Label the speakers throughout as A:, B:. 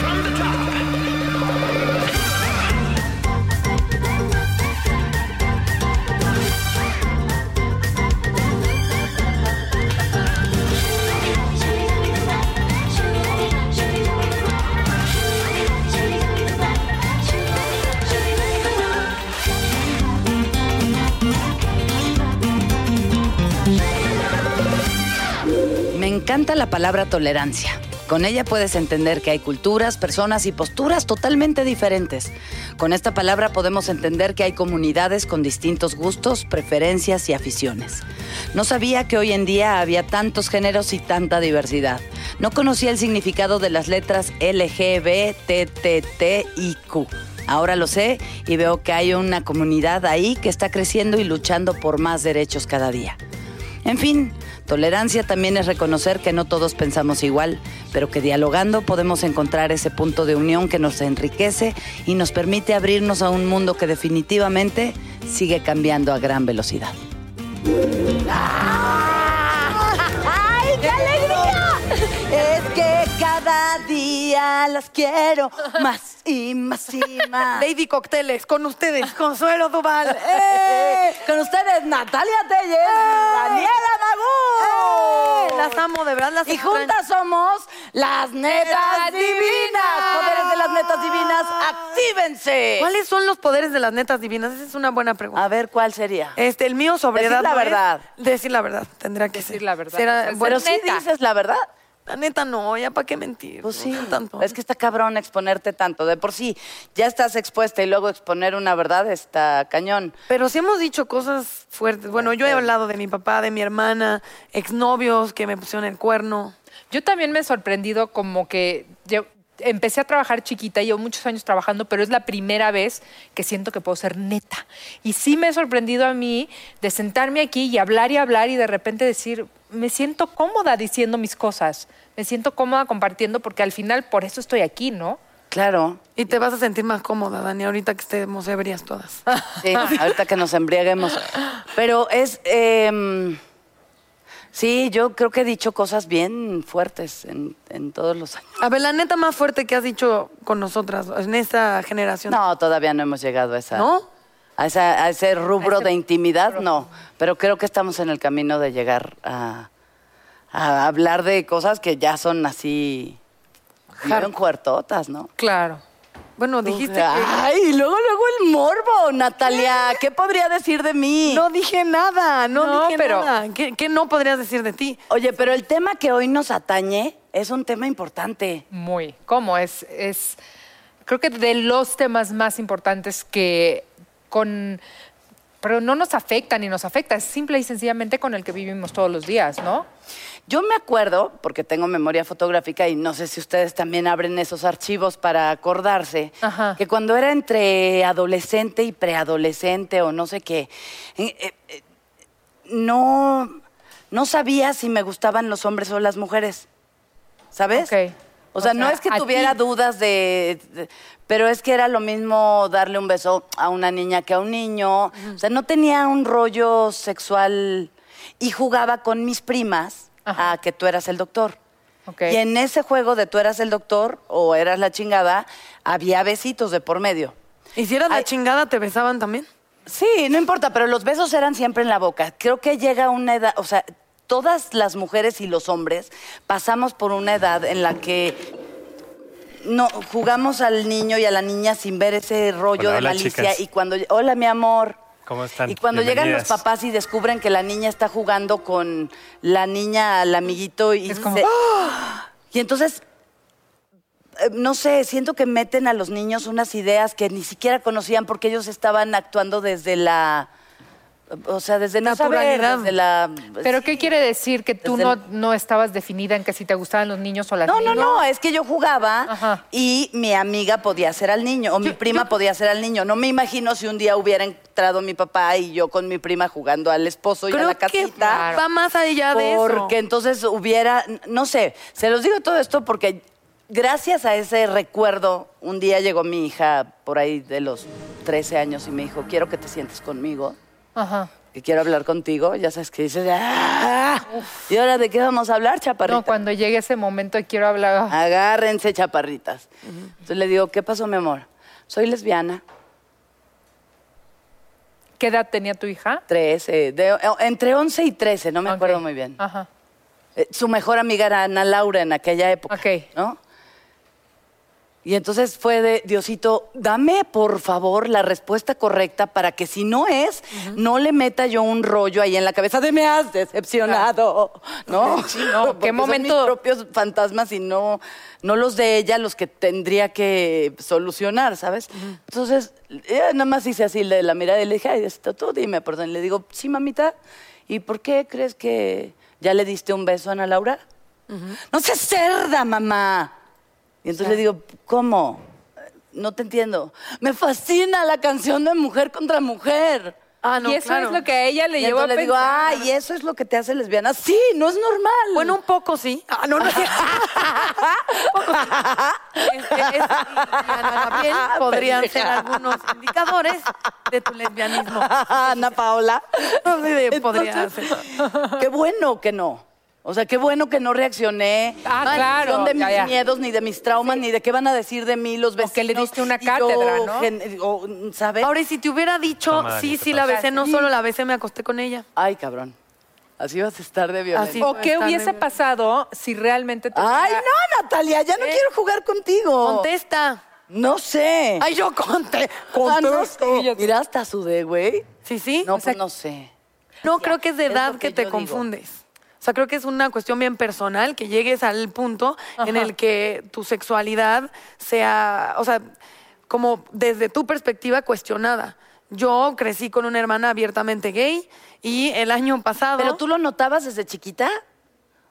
A: From the top.
B: Me encanta la palabra tolerancia. Con ella puedes entender que hay culturas, personas y posturas totalmente diferentes. Con esta palabra podemos entender que hay comunidades con distintos gustos, preferencias y aficiones. No sabía que hoy en día había tantos géneros y tanta diversidad. No conocía el significado de las letras LGBTTIQ. Ahora lo sé y veo que hay una comunidad ahí que está creciendo y luchando por más derechos cada día. En fin, tolerancia también es reconocer que no todos pensamos igual, pero que dialogando podemos encontrar ese punto de unión que nos enriquece y nos permite abrirnos a un mundo que definitivamente sigue cambiando a gran velocidad.
C: ¡Ay, qué alegría!
B: Es que cada día las quiero más y más y más.
C: Lady Cócteles, con ustedes, Consuelo Duval.
B: ¡Eh! Con ustedes, Natalia Telles, Daniela Magú.
C: ¡Eh! Las amo, de verdad, las
B: Y juntas somos las netas
C: ¡Netas
B: divinas.
C: divinas!
B: Poderes de las netas divinas, actívense.
C: ¿Cuáles son los poderes de las netas divinas? Esa es una buena pregunta.
B: A ver, ¿cuál sería?
C: Este, el mío sobriedad.
B: Decir la
C: no es.
B: verdad.
C: Decir la verdad, tendría que decir la verdad. pues, Será, bueno,
B: Pero sí dices la verdad.
C: La neta no, ya para qué mentir.
B: Pues
C: no,
B: sí,
C: no tanto.
B: es que está cabrón exponerte tanto. De por sí, ya estás expuesta y luego exponer una verdad está cañón.
C: Pero sí hemos dicho cosas fuertes. Bueno, yo he hablado de mi papá, de mi hermana, exnovios que me pusieron el cuerno.
D: Yo también me he sorprendido como que yo empecé a trabajar chiquita, llevo muchos años trabajando, pero es la primera vez que siento que puedo ser neta. Y sí me he sorprendido a mí de sentarme aquí y hablar y hablar y de repente decir, me siento cómoda diciendo mis cosas, me siento cómoda compartiendo porque al final por eso estoy aquí, ¿no?
B: Claro.
C: Y te vas a sentir más cómoda, Dani, ahorita que estemos ebrias todas.
B: Sí, ahorita que nos embriaguemos. Pero es. em, sí, yo creo que he dicho cosas bien fuertes en, en todos los años.
C: A ver, la neta más fuerte que has dicho con nosotras, en esta generación.
B: No, todavía no hemos llegado a esa.
C: ¿No?
B: A, esa- a ese rubro de intimidad, no. Pero creo que estamos en el camino de llegar a, a hablar de cosas que ya son así. Fueron cuartotas, ¿no?
D: Claro.
C: Bueno, dijiste que...
B: Ay, y luego, luego el morbo, Natalia. ¿Qué podría decir de mí?
C: No dije nada, no,
D: No,
C: dije
D: pero-
C: nada. ¿Qué, qué no podrías decir de ti?
B: Oye, pero el tema que hoy nos atañe es un tema importante.
D: Muy. ¿Cómo? Es, es, creo que de los temas más importantes que con... Pero no nos afecta ni nos afecta, es simple y sencillamente con el que vivimos todos los días, ¿no?
B: Yo me acuerdo, porque tengo memoria fotográfica y no sé si ustedes también abren esos archivos para acordarse,
D: Ajá.
B: que cuando era entre adolescente y preadolescente o no sé qué, eh, eh, eh, no, no sabía si me gustaban los hombres o las mujeres. ¿Sabes?
D: Ok.
B: O sea,
D: O
B: no
D: sea,
B: es que
D: a
B: tuviera
D: ti.
B: dudas de, de- Pero es que era lo mismo darle un beso a una niña que a un niño. O sea, no tenía un rollo sexual y jugaba con mis primas
D: Ajá.
B: a que tú eras el doctor.
D: Ok.
B: Y en ese juego de tú eras el doctor o eras la chingada, había besitos de por medio.
C: ¿Y si eras la
B: Ay.
C: chingada, te besaban también?
B: Sí, no importa, pero los besos eran siempre en la boca. Creo que llega una edad, o sea, todas las mujeres y los hombres pasamos por una edad en la que no jugamos al niño y a la niña sin ver ese rollo
E: Hola,
B: de
E: hola,
B: malicia
E: chicas.
B: y cuando hola mi amor
E: ¿Cómo están?
B: y cuando llegan los
E: Bienvenidas.
B: papás y descubren que la niña está jugando con la niña al amiguito y
D: Es como, ¡Ah!
B: se- y entonces eh, no sé, siento que meten a los niños unas ideas que ni siquiera conocían porque ellos estaban actuando desde la o sea, desde no saber,
C: Naturalidad.
B: desde la
D: ¿Pero qué quiere decir? ¿Que tú
B: Desde
D: no,
B: el-
D: no estabas definida en que si te gustaban los niños o las
B: No, no,
D: niñas?
B: no, es que yo jugaba
D: Ajá.
B: y mi amiga podía ser al niño, o mi prima podía ser al niño. No me imagino si un día hubiera entrado mi papá y yo con mi prima jugando al esposo y a la
C: Creo que
B: casita.
C: va más allá de eso.
B: Porque entonces hubiera, no sé, se los digo todo esto porque gracias a ese recuerdo, un día llegó mi hija por ahí de los 13 años y me dijo, quiero que te sientes conmigo
D: Ajá.
B: que quiero hablar contigo, ya sabes que dices, "Ah". ¿y ahora de qué vamos a hablar, chaparrita?
D: No, cuando llegue ese momento quiero hablar.
B: Ah. Agárrense, chaparritas. Entonces le digo, ¿qué pasó, mi amor? Soy lesbiana,
D: ¿Qué edad tenía tu hija?
B: 13, de- entre 11 y 13, no me
D: Ok.
B: acuerdo muy bien.
D: Ajá.
B: Eh, Su mejor amiga era Ana Laura en aquella época,
D: Ok.
B: ¿no? Y entonces fue de, Diosito, dame por favor la respuesta correcta para que si no es, no le meta yo un rollo ahí en la cabeza de me has decepcionado, ¿no?
D: no,
B: Porque
D: qué
B: son
D: momento.
B: mis propios fantasmas y no, no los de ella los que tendría que solucionar, ¿sabes? Entonces, ella nada más hice así de la mirada y le dije, ay, Diosito, tú dime, perdón. Le digo, sí, mamita, ¿y por qué crees que ya le diste un beso a Ana Laura? No seas cerda, mamá. Y entonces le digo, ¿cómo? No te entiendo. Me fascina la canción de mujer contra mujer.
C: Ah, no,
D: y eso
C: claro.
D: es lo que a ella le
B: Y
D: llevó a
B: entonces le digo,
D: pensar.
B: ah, y eso es lo que te hace lesbiana. Sí, no es normal.
C: Bueno, un poco sí. Ah, no, no. es cierto. Un poco sí. Este, es- y Ana Gabriel podrían ser
B: Pendeja.
C: algunos indicadores de tu lesbianismo.
B: Ana Paola.
C: No sé de podría
B: Entonces, Qué bueno que no. O sea, qué bueno que no reaccioné.
D: Ah,
B: No hay
D: claro,
B: noción de
D: ya,
B: mis
D: ya.
B: miedos, ni de mis traumas, ni de qué van a decir de mí los vecinos.
D: que le diste una
B: Y yo
D: cátedra, ¿no?
B: gen- o, ¿Sabes?
C: Ahora, y si te hubiera dicho,
E: Toma, Dani,
C: sí,
E: te
C: sí, la
E: pasa.
C: besé, no solo la besé, me acosté con ella.
B: Ay, cabrón. Así vas a estar de violenta.
C: Así.
D: ¿O qué
C: Está
D: hubiese
C: nerviosa.
D: pasado si realmente te
B: Ay,
D: hubiera-
B: no, Natalia, ya no quiero jugar contigo.
C: Contesta.
B: No sé.
C: Ay, yo conté.
B: Ah, no sé. Mira hasta su de, güey.
C: Sí, sí.
B: No,
C: O sea,
B: pues no sé.
C: No creo que es de
B: es lo
C: edad
B: que
C: que,
B: yo
C: te
B: digo.
C: confundes. O sea, creo que es una cuestión bien personal que llegues al punto en el que tu sexualidad sea, o sea, como desde tu perspectiva cuestionada. Yo crecí con una hermana abiertamente gay y el año pasado.
B: ¿Pero tú lo notabas desde chiquita?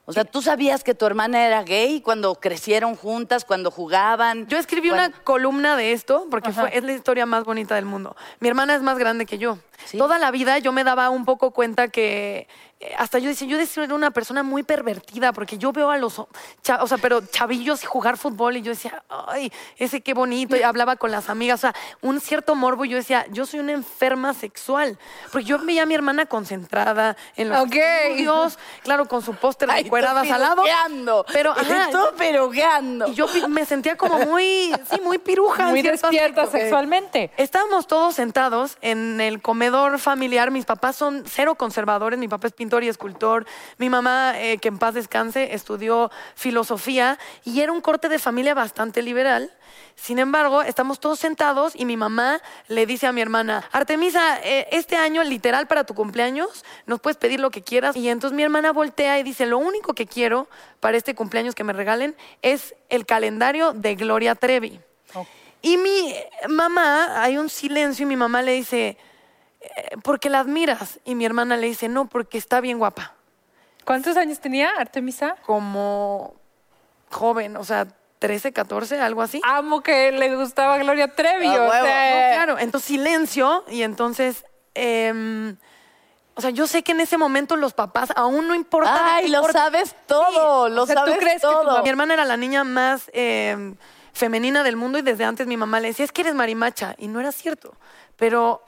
B: O sea, ¿tú sabías que tu hermana era gay cuando crecieron juntas, cuando jugaban?
C: Yo escribí
B: Cuando-
C: una columna de esto porque fue, es la historia más bonita del mundo. Mi hermana es más grande que yo.
B: Sí.
C: Toda la vida yo me daba un poco cuenta que eh, hasta yo decía, yo decía, era una persona muy pervertida porque yo veo a los, ho- cha- o sea, pero chavillos y jugar fútbol y yo decía, ay, ese qué bonito. Y hablaba con las amigas, o sea, un cierto morbo y yo decía, yo soy una enferma sexual. Porque yo veía a mi hermana concentrada en los
D: Ok.
C: estudios, claro, con su póster
B: Ay,
C: de cuerdas al lado.
B: pirogueando.
C: Pero, ajá,
B: Estoy pirogueando.
C: y yo pi- me sentía como muy, sí, muy piruja. en
D: Muy
C: cierto
D: despierta
C: aspecto.
D: sexualmente.
C: Estábamos todos sentados en el comedor familiar. Mis papás son cero conservadores. Mi papá es pintor y escultor. Mi mamá, eh, que en paz descanse, estudió filosofía y era un corte de familia bastante liberal. Sin embargo, estamos todos sentados y mi mamá le dice a mi hermana, Artemisa, eh, este año literal para tu cumpleaños, nos puedes pedir lo que quieras. Y entonces mi hermana voltea y dice, lo único que quiero para este cumpleaños que me regalen es el calendario de Gloria Trevi. Y mi mamá, hay un silencio y mi mamá le dice, "Eh, porque la admiras. Y mi hermana le dice, no, porque está bien guapa.
D: ¿Cuántos años tenía Artemisa?
C: Como joven, o sea, 13, 14, algo así.
D: Amo que le gustaba Gloria Trevi.
B: Ah,
D: o
B: huevo.
D: sea,
C: No, claro, entonces silencio y entonces... em, o sea, yo sé que en ese momento los papás aún no importa.
B: Ay, lo sabes todo, lo
D: O sea, ¿tú
B: sabes
D: crees que tu
B: todo.
C: Mi hermana era la niña más eh, femenina del mundo y desde antes mi mamá le decía, es que eres marimacha. Y no era cierto. Pero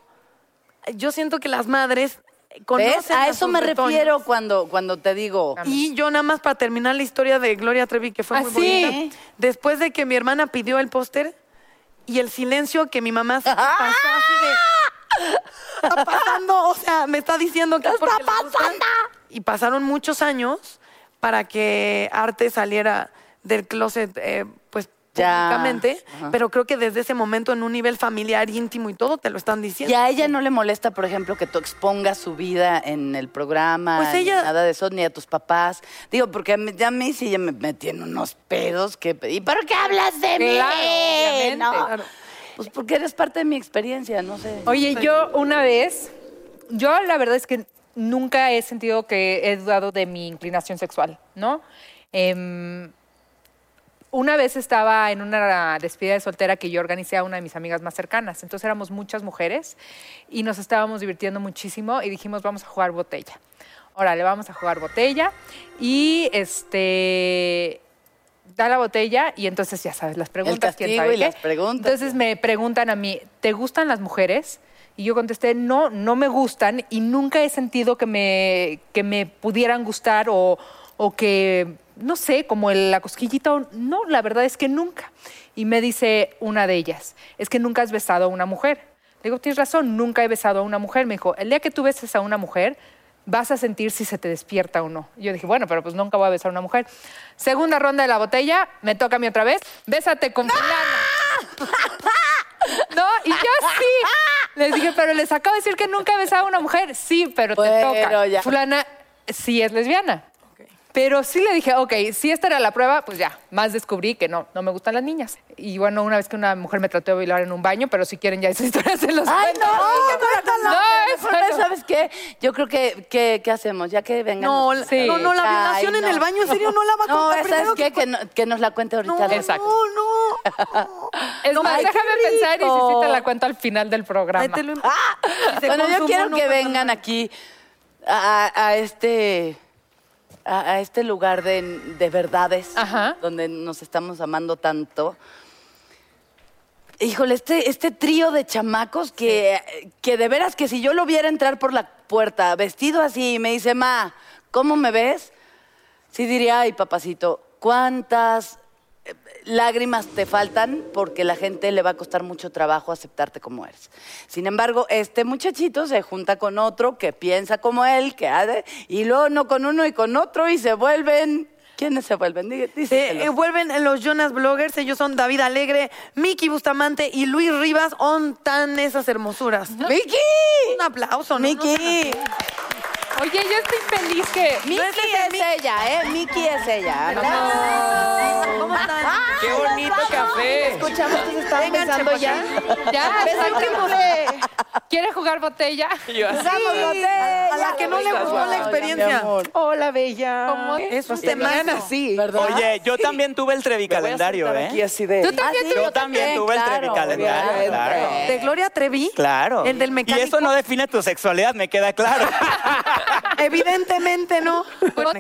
C: yo siento que las madres eh, conocen
B: ¿Ves? A eso
C: sus
B: me
C: retoños.
B: refiero cuando, cuando te digo.
C: Y yo nada más para terminar la historia de Gloria Trevi, que fue
D: ¿Ah,
C: muy
D: sí?
C: bonita. Después de que mi hermana pidió el póster y el silencio que mi mamá se pasó así de... Está pasando, o sea, me está diciendo que... es
B: ¿Qué
C: porque
B: ¡Ah! está
C: le gusta".
B: pasando?
C: Y pasaron muchos años para que arte saliera del closet, eh, pues
B: Ya,
C: públicamente,
B: ajá.
C: pero creo que desde ese momento en un nivel familiar, íntimo y todo, te lo están diciendo.
B: ¿Y a ella no le molesta, por ejemplo, que tú expongas su vida en el programa?
C: Pues
B: ni
C: ella-
B: Nada de eso, ni a tus papás. Digo, porque a mí, ya me, sí, ya me, me tiene unos pedos que... ¿Y por qué hablas de mí?
D: Claro, obviamente.
B: No.
D: Claro.
B: Pues porque eres parte de mi experiencia, no sé.
D: Oye, yo una vez, yo la verdad es que nunca he sentido que he dudado de mi inclinación sexual, ¿no? Em, una vez estaba en una despedida de soltera que yo organicé a una de mis amigas más cercanas. Entonces éramos muchas mujeres y nos estábamos divirtiendo muchísimo y dijimos, vamos a jugar botella. Órale, vamos a jugar botella. Y este. Da la botella y entonces ya sabes las preguntas. quién
B: castigo
D: sabe
B: y
D: qué.
B: las preguntas.
D: Entonces me preguntan a mí, ¿te gustan las mujeres? Y yo contesté, no, no me gustan y nunca he sentido que me, que me pudieran gustar o, o que, no sé, como el- la cosquillita. o- No, la verdad es que nunca. Y me dice una de ellas, es que nunca has besado a una mujer. Le digo, tienes razón, nunca he besado a una mujer. Me dijo, el día que tú beses a una mujer, vas a sentir si se te despierta o no. Yo dije, bueno, pero pues nunca voy a besar a una mujer. Segunda ronda de la botella, me toca a mí otra vez, bésate con fulana. No, y yo sí. Les dije, pero les acabo de decir que nunca he besado a una mujer. Sí, pero te
B: Bueno,
D: toca.
B: ya.
D: Fulana sí es lesbiana. Pero sí le dije, ok, si esta era la prueba, pues ya, más descubrí que no, no me gustan las niñas. Y bueno, una vez que una mujer me trató de bailar en un baño, pero si quieren ya esa historia se los
B: Ay,
D: cuento.
B: no, no, no, no,
D: eso
B: mejor no,
D: no.
B: ¿sabes qué? Yo creo que, que, ¿qué hacemos? Ya que vengan...
C: No,
B: los-
D: Sí.
C: no, no, la
B: Ay,
C: violación en
B: no.
C: el baño, en serio, no la va a
B: No,
C: contar
B: ¿sabes
C: primero
B: qué? Que, no- que nos la cuente ahorita.
C: No,
B: Adela.
D: Exacto.
C: no, no.
D: Es
C: No,
D: más,
C: ay, qué
D: déjame pensar y si sí
B: rico.
D: te la cuento al final del programa.
C: Ay, te lo-
B: Ah,
C: Si se
B: bueno, yo
C: consumó,
B: quiero
C: no
B: que
C: pasa
B: vengan
C: nada.
B: aquí a, a- a este a, a este lugar de, de verdades
D: Ajá.
B: donde nos estamos amando tanto. Híjole, este, este trío de chamacos que, que de veras que si yo lo viera entrar por la puerta vestido así y me dice, ma, ¿cómo me ves? Sí diría, ay, papacito, ¿cuántas eh, lágrimas te faltan? Porque la gente le va a costar mucho trabajo aceptarte como eres. Sin embargo, este muchachito se junta con otro que piensa como él, que ha de- y luego no con uno y con otro y se vuelven... ¿Quiénes se vuelven? Dí-
C: Se,
B: díceselos.
C: eh, vuelven los Jonas Bloggers, ellos son David Alegre, Miki Bustamante y Luis Rivas, on tan esas hermosuras.
B: ¡Miki!
C: Un aplauso, ¿no? No
B: ¡Miki!
C: sean así.
D: Oye, yo estoy feliz que...
B: Miki
C: No, ese es
B: es ella, ¿eh? Miki es ella.
C: ¿Cómo están?
B: ¡Qué bonito café! Escuchamos que se estaban
C: Vengan,
B: besando ya.
D: Ya, Pues exacto. ¿Quiere jugar botella?
B: Besamos botella.
C: A la que no le gustó la experiencia.
E: Hola, bella.
D: ¿Cómo?
C: Es un tema.
E: Sí.
F: Oye, yo también tuve el trevicalendario, ¿eh?
E: Aquí así de... "Ah,
D: Tú también
B: sí?
D: tuviste-
F: Yo también tuve el
B: Claro,
F: trevicalendario, claro.
B: obviamente.
C: De Gloria Trevi.
F: Claro.
C: El del mecánico.
F: Y eso no define tu sexualidad, me queda claro.
C: Evidentemente no.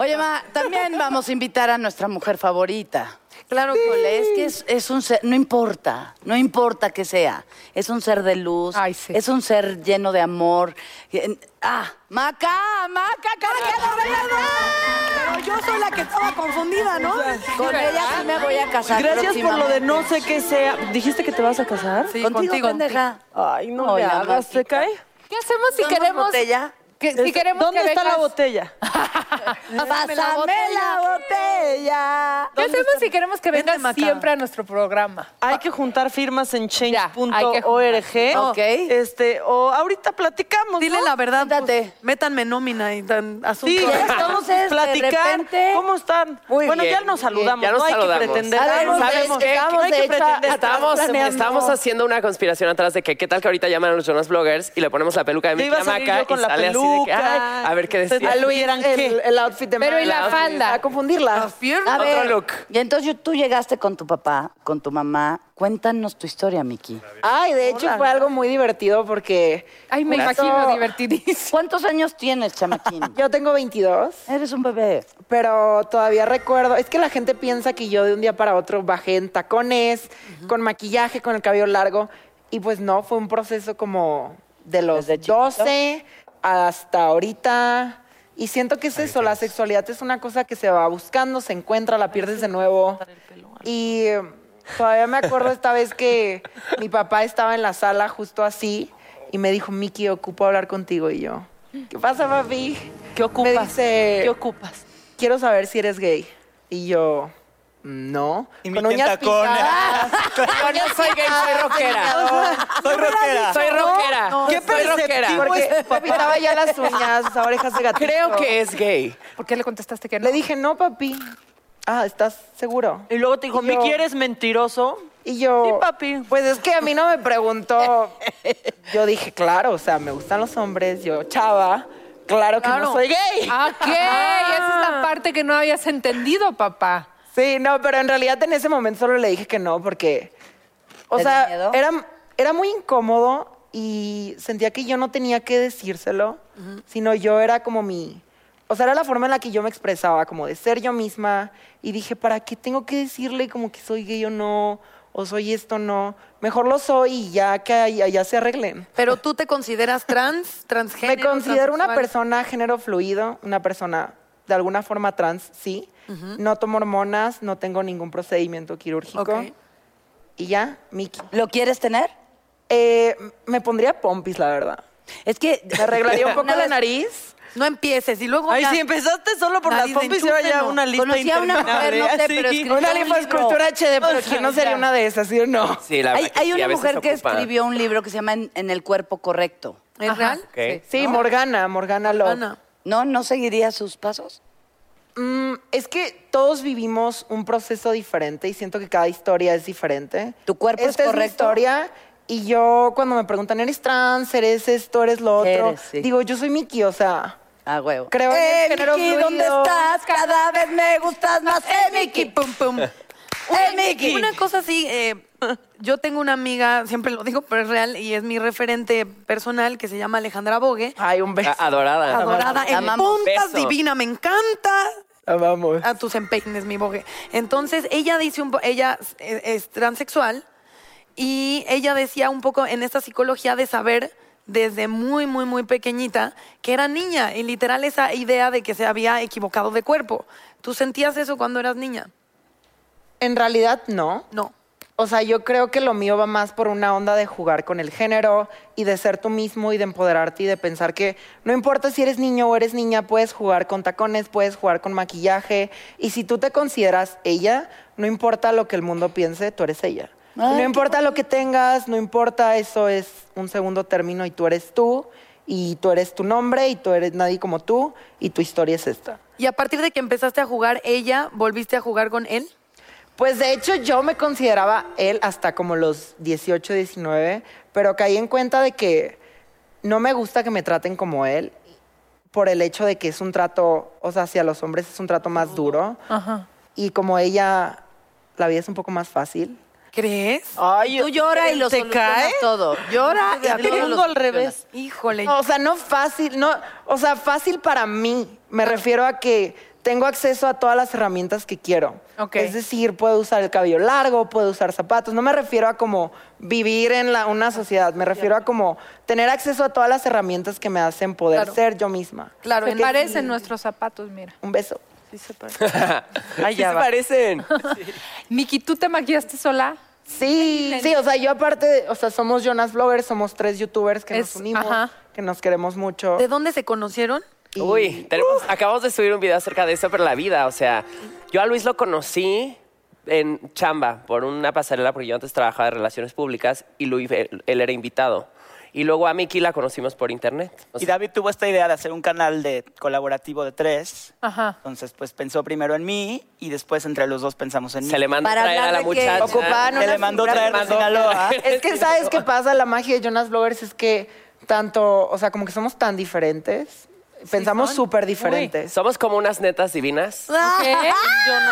B: Oye, ma, también vamos a invitar a nuestra mujer favorita.
C: Claro que
B: Híjole, Es que es, es un ser, no importa, no importa que sea. Es un ser de luz,
D: Ay, sí.
B: es un ser lleno de amor. Eh, Ah, Maca, Maca, cara que la
C: Pero yo soy la que estaba confundida, ¿no?
B: Con ella sí me voy a casar.
E: Gracias por lo de no sé qué sea. ¿Dijiste que te vas a casar?
C: Sí,
B: Contigo,
C: contigo.
B: pendeja.
E: Ay, no
B: Ay,
E: le
B: la
E: hagas,
B: gotita.
E: ¿te cae?
D: ¿Qué hacemos si
B: ¿Tomas
D: queremos...
B: botella?
D: que- si
E: Es-
D: queremos
E: ¿Dónde
D: que
E: está la
D: vengas-
E: botella?
B: Pásame
D: la botella.
B: la botella.
D: ¿Qué hacemos si queremos que
C: Vente,
D: vengas
C: Maca.
D: siempre a nuestro programa?
E: Hay que juntar firmas en
D: Ya, hay que
E: change.org.
D: juntar.
B: Ok.
E: Este, o ahorita platicamos.
C: Dile
E: ¿no?
C: la verdad. pues,
B: Siéntate.
C: métanme nómina y tan asunto.
E: Sí, ya estamos
B: Entonces, de
E: platicar.
B: repente-
E: ¿Cómo están?
B: Muy
E: bueno,
B: bien,
E: ya nos saludamos.
G: Ya nos
E: no hay que
G: saludamos.
E: pretender.
B: Sabemos de-
E: Sabemos que
B: estamos,
E: no hay
B: de
E: que
B: hecho,
E: pretender.
G: Estamos,
B: planeando.
G: estamos haciendo una conspiración atrás de que qué tal que ahorita llaman a los Jonas Bloggers y le ponemos la peluca
E: Yo
G: de Mickey
E: iba a salir
G: Maca
E: yo con
G: y
E: la
G: sale así de que,
E: peluca.
G: ay, a ver qué
E: Ustedes
G: decía.
E: tuvieran
H: el,
E: que-
H: el outfit de
D: Pero, ¿y la
H: Marilyn.
D: falda?
H: A confundirla.
C: Las piernas.
B: A ver,
G: look.
B: y entonces yo- tú llegaste con tu papá, con tu mamá. Cuéntanos tu historia, Miki.
H: Ah, Ay, de hecho fue algo muy divertido porque
D: Ay, me
H: Justo-
D: imagino divertidísimo.
B: ¿Cuántos años tienes, chamaquín?
H: yo tengo 22,
B: Eres un bebé.
H: pero todavía recuerdo, es que la gente piensa que yo de un día para otro bajé en tacones, con maquillaje, con el cabello largo y pues no, fue un proceso como de los
B: Desde chiquito.
H: 12 hasta ahorita. Y siento que es eso, la sexualidad es una cosa que se va buscando, se encuentra, la pierdes de nuevo. Y eh, todavía me acuerdo esta vez que mi papá estaba en la sala justo así y me dijo, Miki, ocupo hablar contigo. Y yo, ¿qué pasa, papi? ¿Qué ocupas? Me dice,
D: ¿Qué ocupas?
H: Quiero saber si eres gay. Y yo, no.
F: Y
H: Con
F: mi
H: uñas
F: tentacón.
H: pintadas.
D: Yo no soy gay, soy rockera.
F: Soy rockera.
D: Soy rockera.
H: Qué
D: soy rockera.
H: perceptivo Porque me pintaba ya las uñas, las orejas de gatito.
I: Creo que es gay.
D: ¿Por qué le contestaste que no?
H: Le dije, no, papi. Ah, ¿estás seguro?
E: Y luego te dijo,
H: Y yo-
E: Miki, eres mentiroso.
H: Y yo...
E: Sí, papi.
H: Pues es que a mí no me preguntó. Yo dije, claro, o sea, me gustan los hombres. Yo, chava, claro que no soy gay.
D: Ah, ¿qué? Esa es la parte que no habías entendido, papá.
H: Sí, no, pero en realidad en ese momento solo le dije que no, porque. O
B: ¿Te dio
H: sea,
B: miedo?
H: era, era muy incómodo y sentía que yo no tenía que decírselo, sino yo era como mi. O sea, era la forma en la que yo me expresaba, como de ser yo misma. Y dije, ¿para qué tengo que decirle como que soy gay o no? O soy esto o no. Mejor lo soy y ya que ahí- allá se arreglen.
C: Pero tú te consideras trans, transgénero.
H: Me considero una
C: transexual?
H: persona género fluido, una persona de alguna forma trans, sí. No tomo hormonas, no tengo ningún procedimiento quirúrgico.
C: Ok.
H: Y ya, Miki.
B: ¿Lo quieres tener?
H: Eh, me pondría pompis, la verdad.
B: Es que
H: Me arreglaría un poco
B: Una
H: la
B: vez-
H: nariz.
C: No empieces y luego.
E: Ay,
C: ya-
E: si empezaste solo por las
C: Nariz de
E: pompis, era ya
C: enchufe, no.
E: una lista
B: Conocí a una mujer,
E: interminable,
B: no sé,
E: así.
B: pero escribió
H: Una
B: un
H: lifa
B: libro.
H: escultura HD, pero
B: O sea,
H: ¿quién no sería
B: ya.
H: una de esas, sí o no?
G: Sí, la
B: Hay,
G: verdad que
B: hay
G: sí,
B: una
G: a veces
B: mujer que
G: ocupa.
B: escribió un libro que se llama En, en el cuerpo correcto.
C: ¿Es real? Ah,
G: Ok.
H: Sí, Morgana, Morgana Love.
C: Ana.
B: ¿No? ¿No seguiría sus pasos?
H: Mm, es que todos vivimos un proceso diferente y siento que cada historia es diferente.
B: ¿Tu cuerpo es
H: Esta mi
B: correcto?
H: historia y yo cuando me preguntan, ¿eres trans? ¿Eres esto? ¿Eres lo
B: ¿Qué
H: otro?
B: eres? Sí.
H: Digo, yo soy Miki, o sea,
B: Ah, huevo.
H: creo en
B: ¡Eh,
H: el género
B: Miki, ¿dónde
H: fluido.
B: estás? Cada vez me gustas más. ¡Eh,
C: Mickey,
B: Miki!
C: pum, pum.
B: ¡Eh, Miki!
C: Una cosa así, eh, yo tengo una amiga, siempre lo digo, pero es real, y es mi referente personal, que se llama Alejandra Bogue.
H: Ay, un beso.
G: A- Ah, Adorada.
C: Adorada,
B: Ah, amamos.
C: en
B: Amamos.
C: puntas,
G: Beso.
C: divina, me encanta.
B: ah.
H: Vamos.
C: A tus empeines, mi bogue. Entonces, ella dice un po- ella es, es transexual y ella decía un poco en esta psicología de saber desde muy, muy, muy pequeñita que era niña y literal esa idea de que se había equivocado de cuerpo. ¿Tú sentías eso cuando eras niña?
H: En realidad, no.
C: No.
H: O sea, yo creo que lo mío va más por una onda de jugar con el género y de ser tú mismo y de empoderarte y de pensar que no importa si eres niño o eres niña, puedes jugar con tacones, puedes jugar con maquillaje y si tú te consideras ella, no importa lo que el mundo piense, tú eres ella. no importa lo que tengas, no importa, eso es un segundo término y tú eres tú y tú eres tu nombre y tú eres nadie como tú y tu historia es esta.
C: Y a partir de que empezaste a jugar ella, ¿volviste a jugar con él?
H: Pues de hecho yo me consideraba él hasta como los 18, 19, pero caí en cuenta de que no me gusta que me traten como él por el hecho de que es un trato, o sea, hacia los hombres es un trato más duro. Y como ella, la vida es un poco más fácil.
C: ¿Crees?
E: Ay,
B: Tú llora y lo
E: ¿Te
B: solucionas
E: cae?
B: todo. Llora y
E: Te
B: a todo
E: pongo
B: lo
E: al revés.
C: Híjole.
H: No, o sea, no fácil, no, o sea, fácil para mí. Me
C: Ah.
H: refiero a que tengo acceso a todas las herramientas que quiero.
D: Ok.
H: Es decir, puedo usar el cabello largo, puedo usar zapatos. No me refiero a como vivir en la- una sociedad, me refiero a como tener acceso a todas las herramientas que me hacen poder
C: Claro.
H: ser yo misma.
C: claro,
D: Se
C: en-
D: parecen nuestros zapatos, mira.
H: Un beso.
G: Ay, ya se parecen.
D: Miki, ¿tú te maquillaste sola?
H: Sí, sí, o sea, yo aparte, o sea, somos Jonas Vloggers, somos tres youtubers que
D: Es-
H: nos unimos,
D: ajá.
H: que nos queremos mucho.
C: ¿de dónde se conocieron?
H: y-
G: Uy, tenemos, acabamos de subir un video acerca de eso, pero la vida, o sea, yo a Luis lo conocí en chamba por una pasarela, porque yo antes trabajaba de relaciones públicas y Luis, él, él era invitado. Y luego a Miki la conocimos por internet. O
F: Y
G: sea,
F: David tuvo esta idea de hacer un canal de colaborativo de tres.
D: Ajá.
F: Entonces, pues pensó primero en mí y después entre los dos pensamos en mí.
G: se le mandó
B: Para
G: traer a
B: hablar
G: la
B: de que
G: muchacha.
H: ocupaban
F: Se le mandó traer de
B: ¿ah?
F: Sinaloa.
H: Es que sabes qué pasa, la magia de Jonas Blowers es que tanto, o sea, como que somos tan diferentes, pensamos súper diferentes.
G: Somos como unas netas divinas.
D: ¿Eh?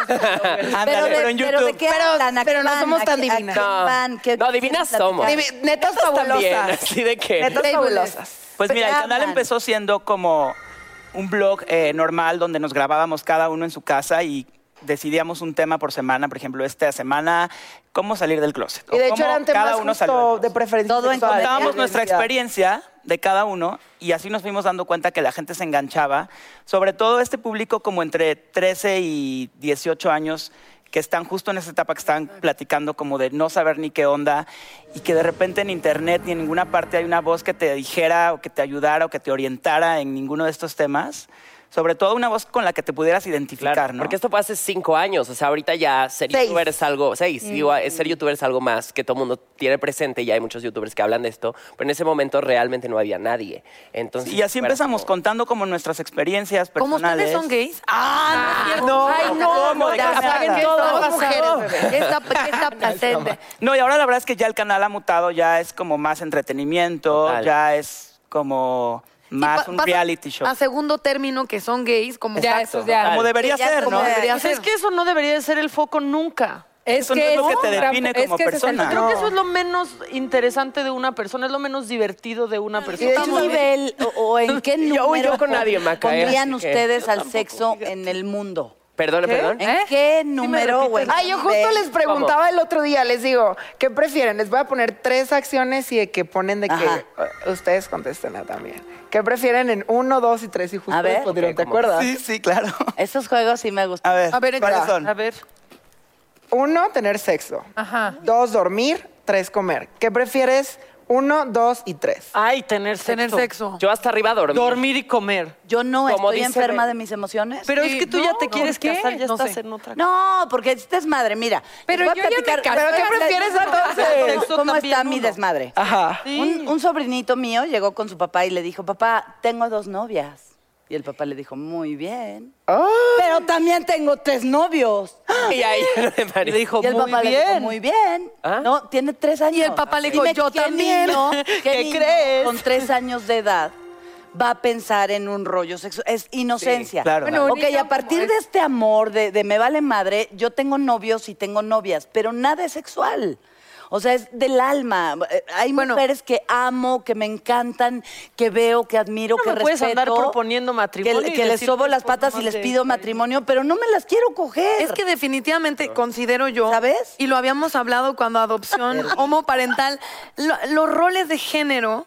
F: Ándale, pero, en YouTube.
B: ¿de qué
H: Pero-
B: hablan? ¿A
H: pero
B: qué
H: no
B: van?
H: somos
B: ¿A
H: tan
B: qué- a
H: divinas.
B: qué
G: No.
B: van? ¿Qué-
G: No, divinas somos.
H: Divi- netas
G: También,
H: fabulosas.
G: Eh, así de que...
H: Netas fabulosas.
F: Pues mira, el
B: Pero
F: canal
B: hablan.
F: empezó siendo como un blog eh, normal donde nos grabábamos cada uno en su casa y decidíamos un tema por semana, por ejemplo, esta semana, cómo salir del closet.
H: Y de
F: o
H: hecho
F: cómo
H: eran
F: cada
H: temas
F: uno salió del
H: justo de
F: closet.
H: preferencia
B: Todo en
H: sexual.
B: comedia.
F: Contábamos nuestra
H: Identidad.
F: experiencia de cada uno y así nos fuimos dando cuenta que la gente se enganchaba, sobre todo este público como entre 13 y 18 años que están justo en esa etapa que están platicando como de no saber ni qué onda y que de repente en internet ni en ninguna parte hay una voz que te dijera o que te ayudara o que te orientara en ninguno de estos temas. Sobre todo una voz con la que te pudieras identificar,
G: Claro,
F: ¿no?
G: porque esto fue hace cinco años, o sea, ahorita ya ser
H: Seis.
G: youtuber es algo, seis, digo, eh, ser youtuber es algo más que todo el mundo tiene presente y hay muchos youtubers que hablan de esto, pero en ese momento realmente no había nadie. Entonces,
F: y así
G: fuera
F: empezamos
G: como-
F: contando como nuestras experiencias
C: ¿Cómo
F: personales.
C: ustedes son gays? ¡Ah!
H: no, ¿cómo?
C: ya
H: ¿De qué
C: apaguen
H: hablas?
C: todos,
H: Estamos
C: mujeres,
H: casados.
C: bebé. Ya está, ya está presente.
F: No, y ahora la verdad es que ya el canal ha mutado, ya es como más entretenimiento,
G: Total.
F: ya es como más
C: Sí, pa-
F: un
C: pasa
F: reality show.
C: A segundo término que son gays, como
D: Ya,
C: Exacto.
D: eso ya.
F: Como debería
C: ya
F: ser,
C: como
F: ¿no?
C: debería
E: Pues es que eso no debería de ser el foco nunca.
D: Es
F: Eso no es lo que te
D: gran-
F: define
D: es
F: como
D: que ese es el
F: persona.
D: truco.
E: Creo que eso es lo menos interesante de una persona, es lo menos divertido de una
B: ¿Y de
E: persona.
B: qué nivel o, o en qué
G: Yo- yo
B: número
G: con nadie, Maca, ¿eh?
B: pondrían
G: Así que-
B: ustedes al sexo en el mundo?
G: Perdón, perdón.
B: ¿En qué Eh, número, güey?
H: Ay, yo justo les preguntaba el otro día, les digo, ¿qué prefieren? Les voy a poner tres acciones y de que ponen de que
B: Ajá.
H: eh, ustedes contesten también. ¿qué prefieren en uno, dos y tres? Y justo
B: A ver.
H: les pondrieron,
G: Ok,
H: ¿te
G: como-
H: acuerdas?
F: Sí, sí, claro.
B: Esos juegos sí me
F: A
B: gustan.
F: ver,
C: A ver,
F: ¿cuáles
C: ya.
F: son?
E: A ver,
H: Uno, tener sexo. Dos, dormir. Tres, comer. ¿Qué prefieres? Uno, dos y tres.
E: ay, tener sexo.
C: Tener sexo.
G: Yo hasta arriba dormí.
E: Dormir y comer.
B: Yo no
G: Como
B: estoy
G: dice
B: enferma
G: Ben.
B: de mis emociones.
E: Pero
C: Sí,
E: es que tú
C: no,
E: ya te
C: ¿por
E: quieres
C: qué?
E: casar, ya
C: No
E: estás
C: sé.
E: en otra
B: No, porque este es madre, mira.
D: Pero
B: les voy a
D: yo ya me
B: platicar-
D: casé.
B: ¿Pero qué prefieres entonces?
E: Sexo
B: ¿Cómo
E: también
B: está mi
E: uno.
B: desmadre?
E: Ajá.
B: Un, un sobrinito mío llegó con su papá y le dijo, papá, tengo dos novias. Y el papá le dijo, muy bien. Pero también tengo tres novios.
G: Y ahí me
E: Le
G: parece.
E: dijo,
B: y el
E: muy
B: papá le dijo,
E: bien.
B: muy bien.
G: ¿Ah?
B: No, tiene tres años.
C: Y el papá le dijo,
B: Dime,
C: yo
B: ¿qué
C: también.
B: niño- ¿Qué,
E: ¿Qué
B: niño
E: crees?
B: Con tres años de edad va a pensar en un rollo sexual. Es inocencia.
F: Sí, claro. Bueno,
B: ok, y a
D: ahorita
B: partir
D: como
B: de
D: es-
B: este amor de, de me vale madre, yo tengo novios y tengo novias, pero nada es sexual. O sea, es del alma. Eh, Hay
C: Bueno.
B: mujeres que amo, que me encantan, que veo, que admiro, que
E: No me
B: respeto.
E: puedes andar proponiendo matrimonio
B: Que,
E: y
B: que les
E: decir
B: sobo
E: tres
B: las patas y
E: formas
B: les
E: de
B: pido matrimonio, pero no me las quiero coger.
C: Es que definitivamente considero yo,
B: ¿Sabes?
C: y lo habíamos hablado cuando adopción homoparental, lo- los roles de género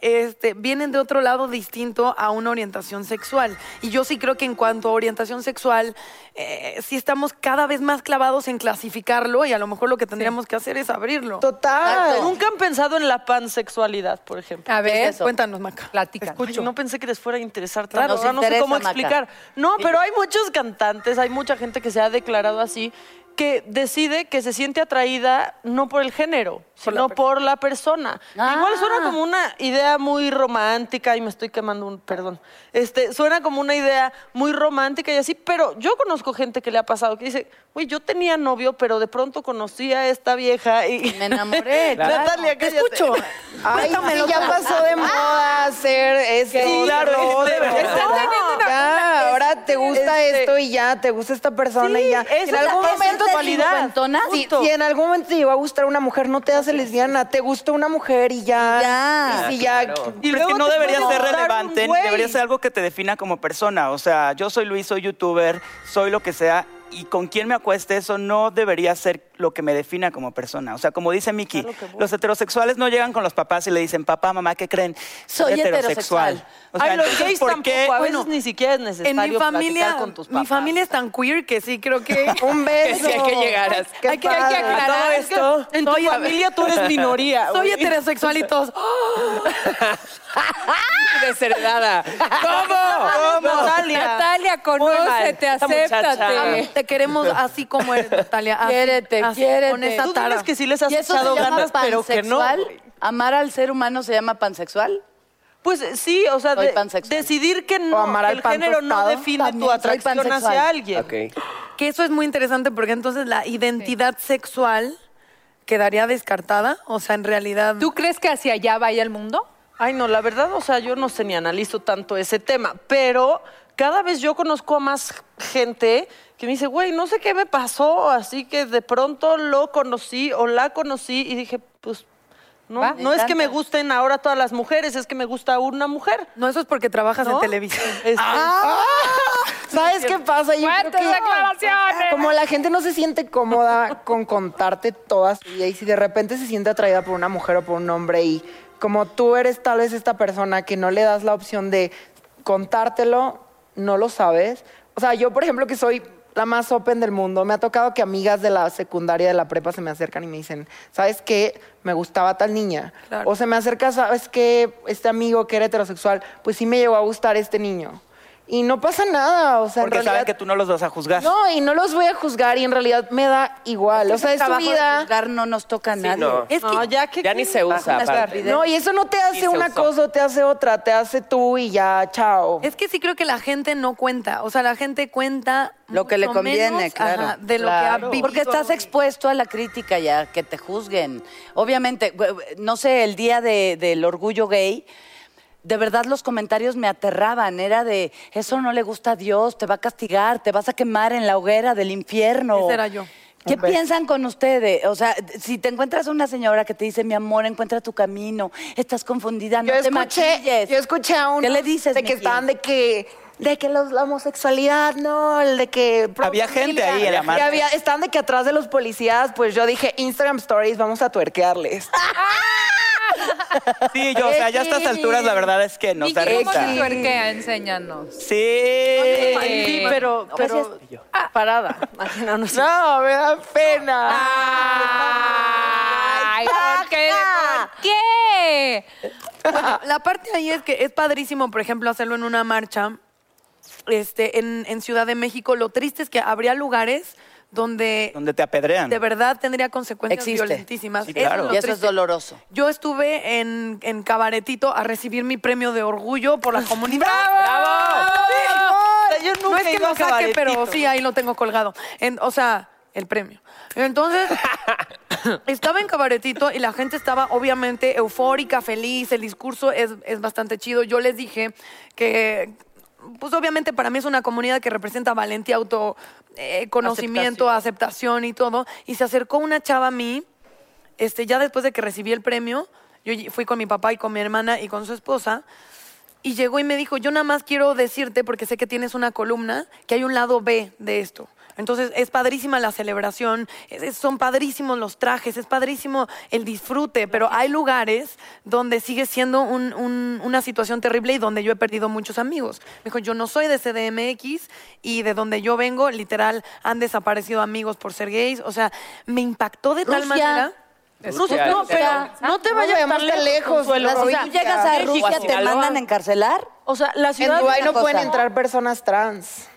C: este, vienen de otro lado distinto a una orientación sexual. Y yo sí creo que en cuanto a orientación sexual, eh, sí estamos cada vez más clavados en clasificarlo y a lo mejor lo que tendríamos que hacer es abrirlo.
H: Total.
E: Ay, Nunca han pensado en la pansexualidad, por ejemplo.
D: A
C: ¿Qué
D: ver,
C: es eso? Cuéntanos, Maca.
D: platica.
E: Ay, no pensé que les fuera a interesar
B: Claro,
E: tanto. Ahora
B: nos
E: no sé
B: interesa,
E: cómo
B: Maca.
E: explicar. No, pero hay muchos cantantes, hay mucha gente que se ha declarado así, que decide que se siente atraída no por el género, sino por la persona.
B: Ah.
E: Igual suena como una idea muy romántica, y me estoy quemando un, perdón. Este, suena como una idea muy romántica y así, pero yo conozco gente que le ha pasado que dice, uy, yo tenía novio, pero de pronto conocí a esta vieja y
B: Me enamoré, claro.
E: Natalia,
C: Te
E: cállate.
C: escucho.
H: Ay, sí, ya pasó de moda hacer este esto.
E: Sí, claro,
H: lo
E: es
H: otro.
E: de verdad.
H: Ya, ahora te gusta
E: este-
H: esto y ya, te gusta esta persona y ya.
E: esa es
H: en algún
E: la- esa es
H: momento
E: la
H: validad.
B: cincuentona.
H: Si,
E: Justo.
H: si en algún momento te llegó a gustar una mujer, no te hace lesbiana, te gustó una mujer y ya.
B: Ya.
H: Y si ya.
F: Y es que no
E: te
F: debería
E: puede gustar
F: ser
E: un
F: relevante, ni
E: güey.
F: debería ser algo que te defina como persona. O sea, yo soy Luis, soy youtuber, soy lo que sea, y con quién me acueste, eso no debería ser lo que me defina como persona. O sea, como dice Miki, los heterosexuales no llegan con los papás y le dicen, papá, mamá, ¿qué creen?
B: Soy heterosexual.
F: O sea,
E: Ay, los
F: entonces,
E: gays
F: ¿por
E: tampoco,
F: qué?
E: a veces
F: Bueno,
E: ni siquiera es necesario
C: En mi familia,
E: platicar con tus papás.
C: mi familia es tan queer que sí creo que...
H: Un beso.
G: Sí, hay que llegar a-
H: Qué
C: hay que- hay que
H: padre.
C: aclarar.
E: Todo
C: es que
E: esto, en tu
C: soy-
E: familia tú eres minoría.
C: Soy
E: güey.
C: heterosexual y todos...
G: Desheredada.
E: ¿Cómo? Natalia.
D: Natalia,
E: mal,
D: conócete,
E: esta muchacha.
D: acéptate.
C: Te queremos así como eres, Natalia. así,
D: Quiérete,
C: así,
D: quiérete.
C: Con esa
E: Tú dices
C: tara.
E: que sí les has
B: ¿Y eso se
E: echado
B: llama
E: ganas, pero que no.
B: pansexual?
E: güey.
B: ¿Amar al ser humano se llama pansexual?
E: Pues sí, o sea,
B: Soy
E: de-
B: pansexual.
E: decidir que no,
H: O amar
E: que
H: al
E: el
H: pan
E: género no
H: tostado.
E: define
B: También
E: tu
B: soy
E: atracción
B: pansexual.
E: hacia alguien.
G: Ok.
C: Que eso es muy interesante porque entonces la identidad sexual quedaría descartada. O sea, en realidad.
D: ¿Tú crees que hacia allá vaya el mundo?
E: Ay, no, la verdad, o sea, yo no sé ni analizo tanto ese tema, pero cada vez yo conozco a más gente que me dice, güey, no sé qué me pasó, así que de pronto lo conocí o la conocí y dije, pues, no,
D: Va,
E: no es que me
B: encanta.
E: gusten ahora todas las mujeres, es que me gusta una mujer.
C: No, eso es porque trabajas en
E: ¿no?
C: televisión. Ah,
E: Este,
H: Ah. ¿Sabes qué pasa? Yo creo
D: Ah. ¡Fuertes
H: que-
D: declaraciones!
H: Como la gente no se siente cómoda con contarte todas su vida y si de repente se siente atraída por una mujer o por un hombre y como tú eres tal vez esta persona que no le das la opción de contártelo, no lo sabes. O sea, yo por ejemplo que soy la más open del mundo, me ha tocado que amigas de la secundaria, de la prepa se me acercan y me dicen, ¿sabes qué? Me gustaba tal niña.
C: Claro.
H: O se me acerca, ¿sabes qué? Este amigo que era heterosexual, pues sí me llegó a gustar este niño. Y no pasa nada, o sea,
F: Porque
H: en realidad...
F: saben que tú no los vas a juzgar.
H: No, y no los voy a juzgar y en realidad me da igual. O sea, es su
B: trabajo de
H: vida.
B: juzgar no nos toca a nadie.
G: no.
B: Es
E: No, ya que.
G: Ya ni se usa.
B: una
G: aparte.
B: estupidez.
H: No, y eso no te hace
G: se
H: una
G: usó.
H: cosa o te hace otra, te hace tú y ya, chao.
C: Es que sí creo que la gente no cuenta. O sea, la gente cuenta.
B: Lo que le
C: mucho
B: conviene,
C: menos,
B: claro.
C: ajá, de lo que ha vivido.
B: Porque estás expuesto a la crítica y a que te juzguen. Obviamente, gu- gu- no sé, el día de- del orgullo gay, de verdad los comentarios me aterraban. Era de, eso no le gusta a Dios, te va a castigar, te vas a quemar en la hoguera del infierno.
C: Ese era yo.
B: ¿Qué piensan con ustedes? O sea, si te encuentras una señora que te dice, mi amor, encuentra tu camino, estás confundida, no
H: yo
B: te
H: escuché,
B: maquilles.
H: yo escuché a uno
B: ¿Qué le dices,
H: de que
B: Miki?
H: estaban de que de que los- la homosexualidad, no, el de que
F: Había gente ahí en la marcha.
H: Y había estaban de que atrás de los policías, pues yo dije Instagram Stories, vamos a tuerquearles.
B: Ah,
F: Sí, yo, o sea, ya a estas alturas la verdad es que nos
D: Miki,
F: da
D: ¿cómo
F: risa.
D: se tuerquea? Enséñanos.
F: Sí.
E: Sí, pero. pero Ah, parada. Ay, no, no sé.
F: Ah,
H: No, me da pena.
E: Ah.
D: Ay, ¿por qué? ¿Por qué?
C: Bueno, la parte ahí es que es padrísimo, por ejemplo, hacerlo en una marcha. Este, en, en Ciudad de México, lo triste es que habría lugares donde
F: Donde te apedrean.
C: de verdad tendría consecuencias
B: Existe.
C: violentísimas.
F: Sí, claro.
C: lo
B: Y eso es
C: triste.
B: doloroso.
C: Yo estuve en, en Cabaretito a recibir mi premio de orgullo por la comunidad.
E: O
C: ¡Bravo!
E: sea, yo
C: No
E: nunca
C: es
E: he
C: que
E: ido a
C: lo saque, pero
E: cabaretito.
C: sí, ahí lo tengo colgado. En- o sea, el premio. Entonces, estaba en cabaretito y la gente estaba obviamente eufórica, feliz, el discurso es, es bastante chido. Yo les dije que, pues obviamente para mí es una comunidad que representa valentía, auto, eh, conocimiento, aceptación y todo. Y se acercó una chava a mí este, ya después de que recibí el premio, yo ll- fui con mi papá y con mi hermana y con su esposa. Y llegó y me dijo, yo nada más quiero decirte, porque sé que tienes una columna, que hay un lado B de esto. Entonces es padrísima la celebración, es- es- son padrísimos los trajes, es padrísimo el disfrute, pero hay lugares donde sigue siendo un- un- una situación terrible y donde yo he perdido muchos amigos. Me dijo, yo no soy de CDMX y de donde yo vengo, literal, han desaparecido amigos por ser gays. O sea, me impactó de tal
B: Rusia.
C: manera.
G: Rusia,
E: No, pero
B: Rusia.
E: no te
H: No
E: vayas
H: vayamos
E: tan lejos.
H: tan lejos,
E: Consuelo.
H: las-
B: O
E: O
B: sea,
E: sea,
B: tú llegas a
G: México,
B: Rusia,
G: a
B: te
G: Sinaloa.
B: mandan a encarcelar.
E: o sea, la
H: En
E: ciudad.
H: Dubái no
B: cosa.
H: pueden entrar personas trans.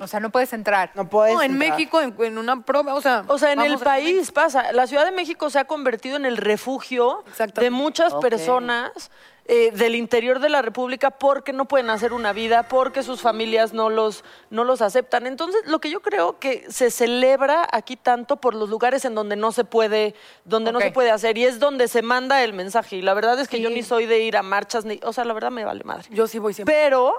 D: O sea, no puedes entrar.
H: No puedes.
C: No, en
H: entrar.
C: México, en, en una prueba, o sea.
E: O sea, en el
C: vamos a-
E: país pasa. La Ciudad de México se ha convertido en el refugio
C: Exactamente.
E: de muchas
B: Ok.
E: personas eh, del interior de la República porque no pueden hacer una vida, porque sus familias no los, no los aceptan. Entonces, lo que yo creo que se celebra aquí tanto por los lugares en donde no se puede, donde no
D: Ok.
E: se puede hacer, y es donde se manda el mensaje. Y la verdad es que yo ni soy de ir a marchas, ni, o sea, la verdad me vale madre.
C: Yo sí voy siempre.
E: Pero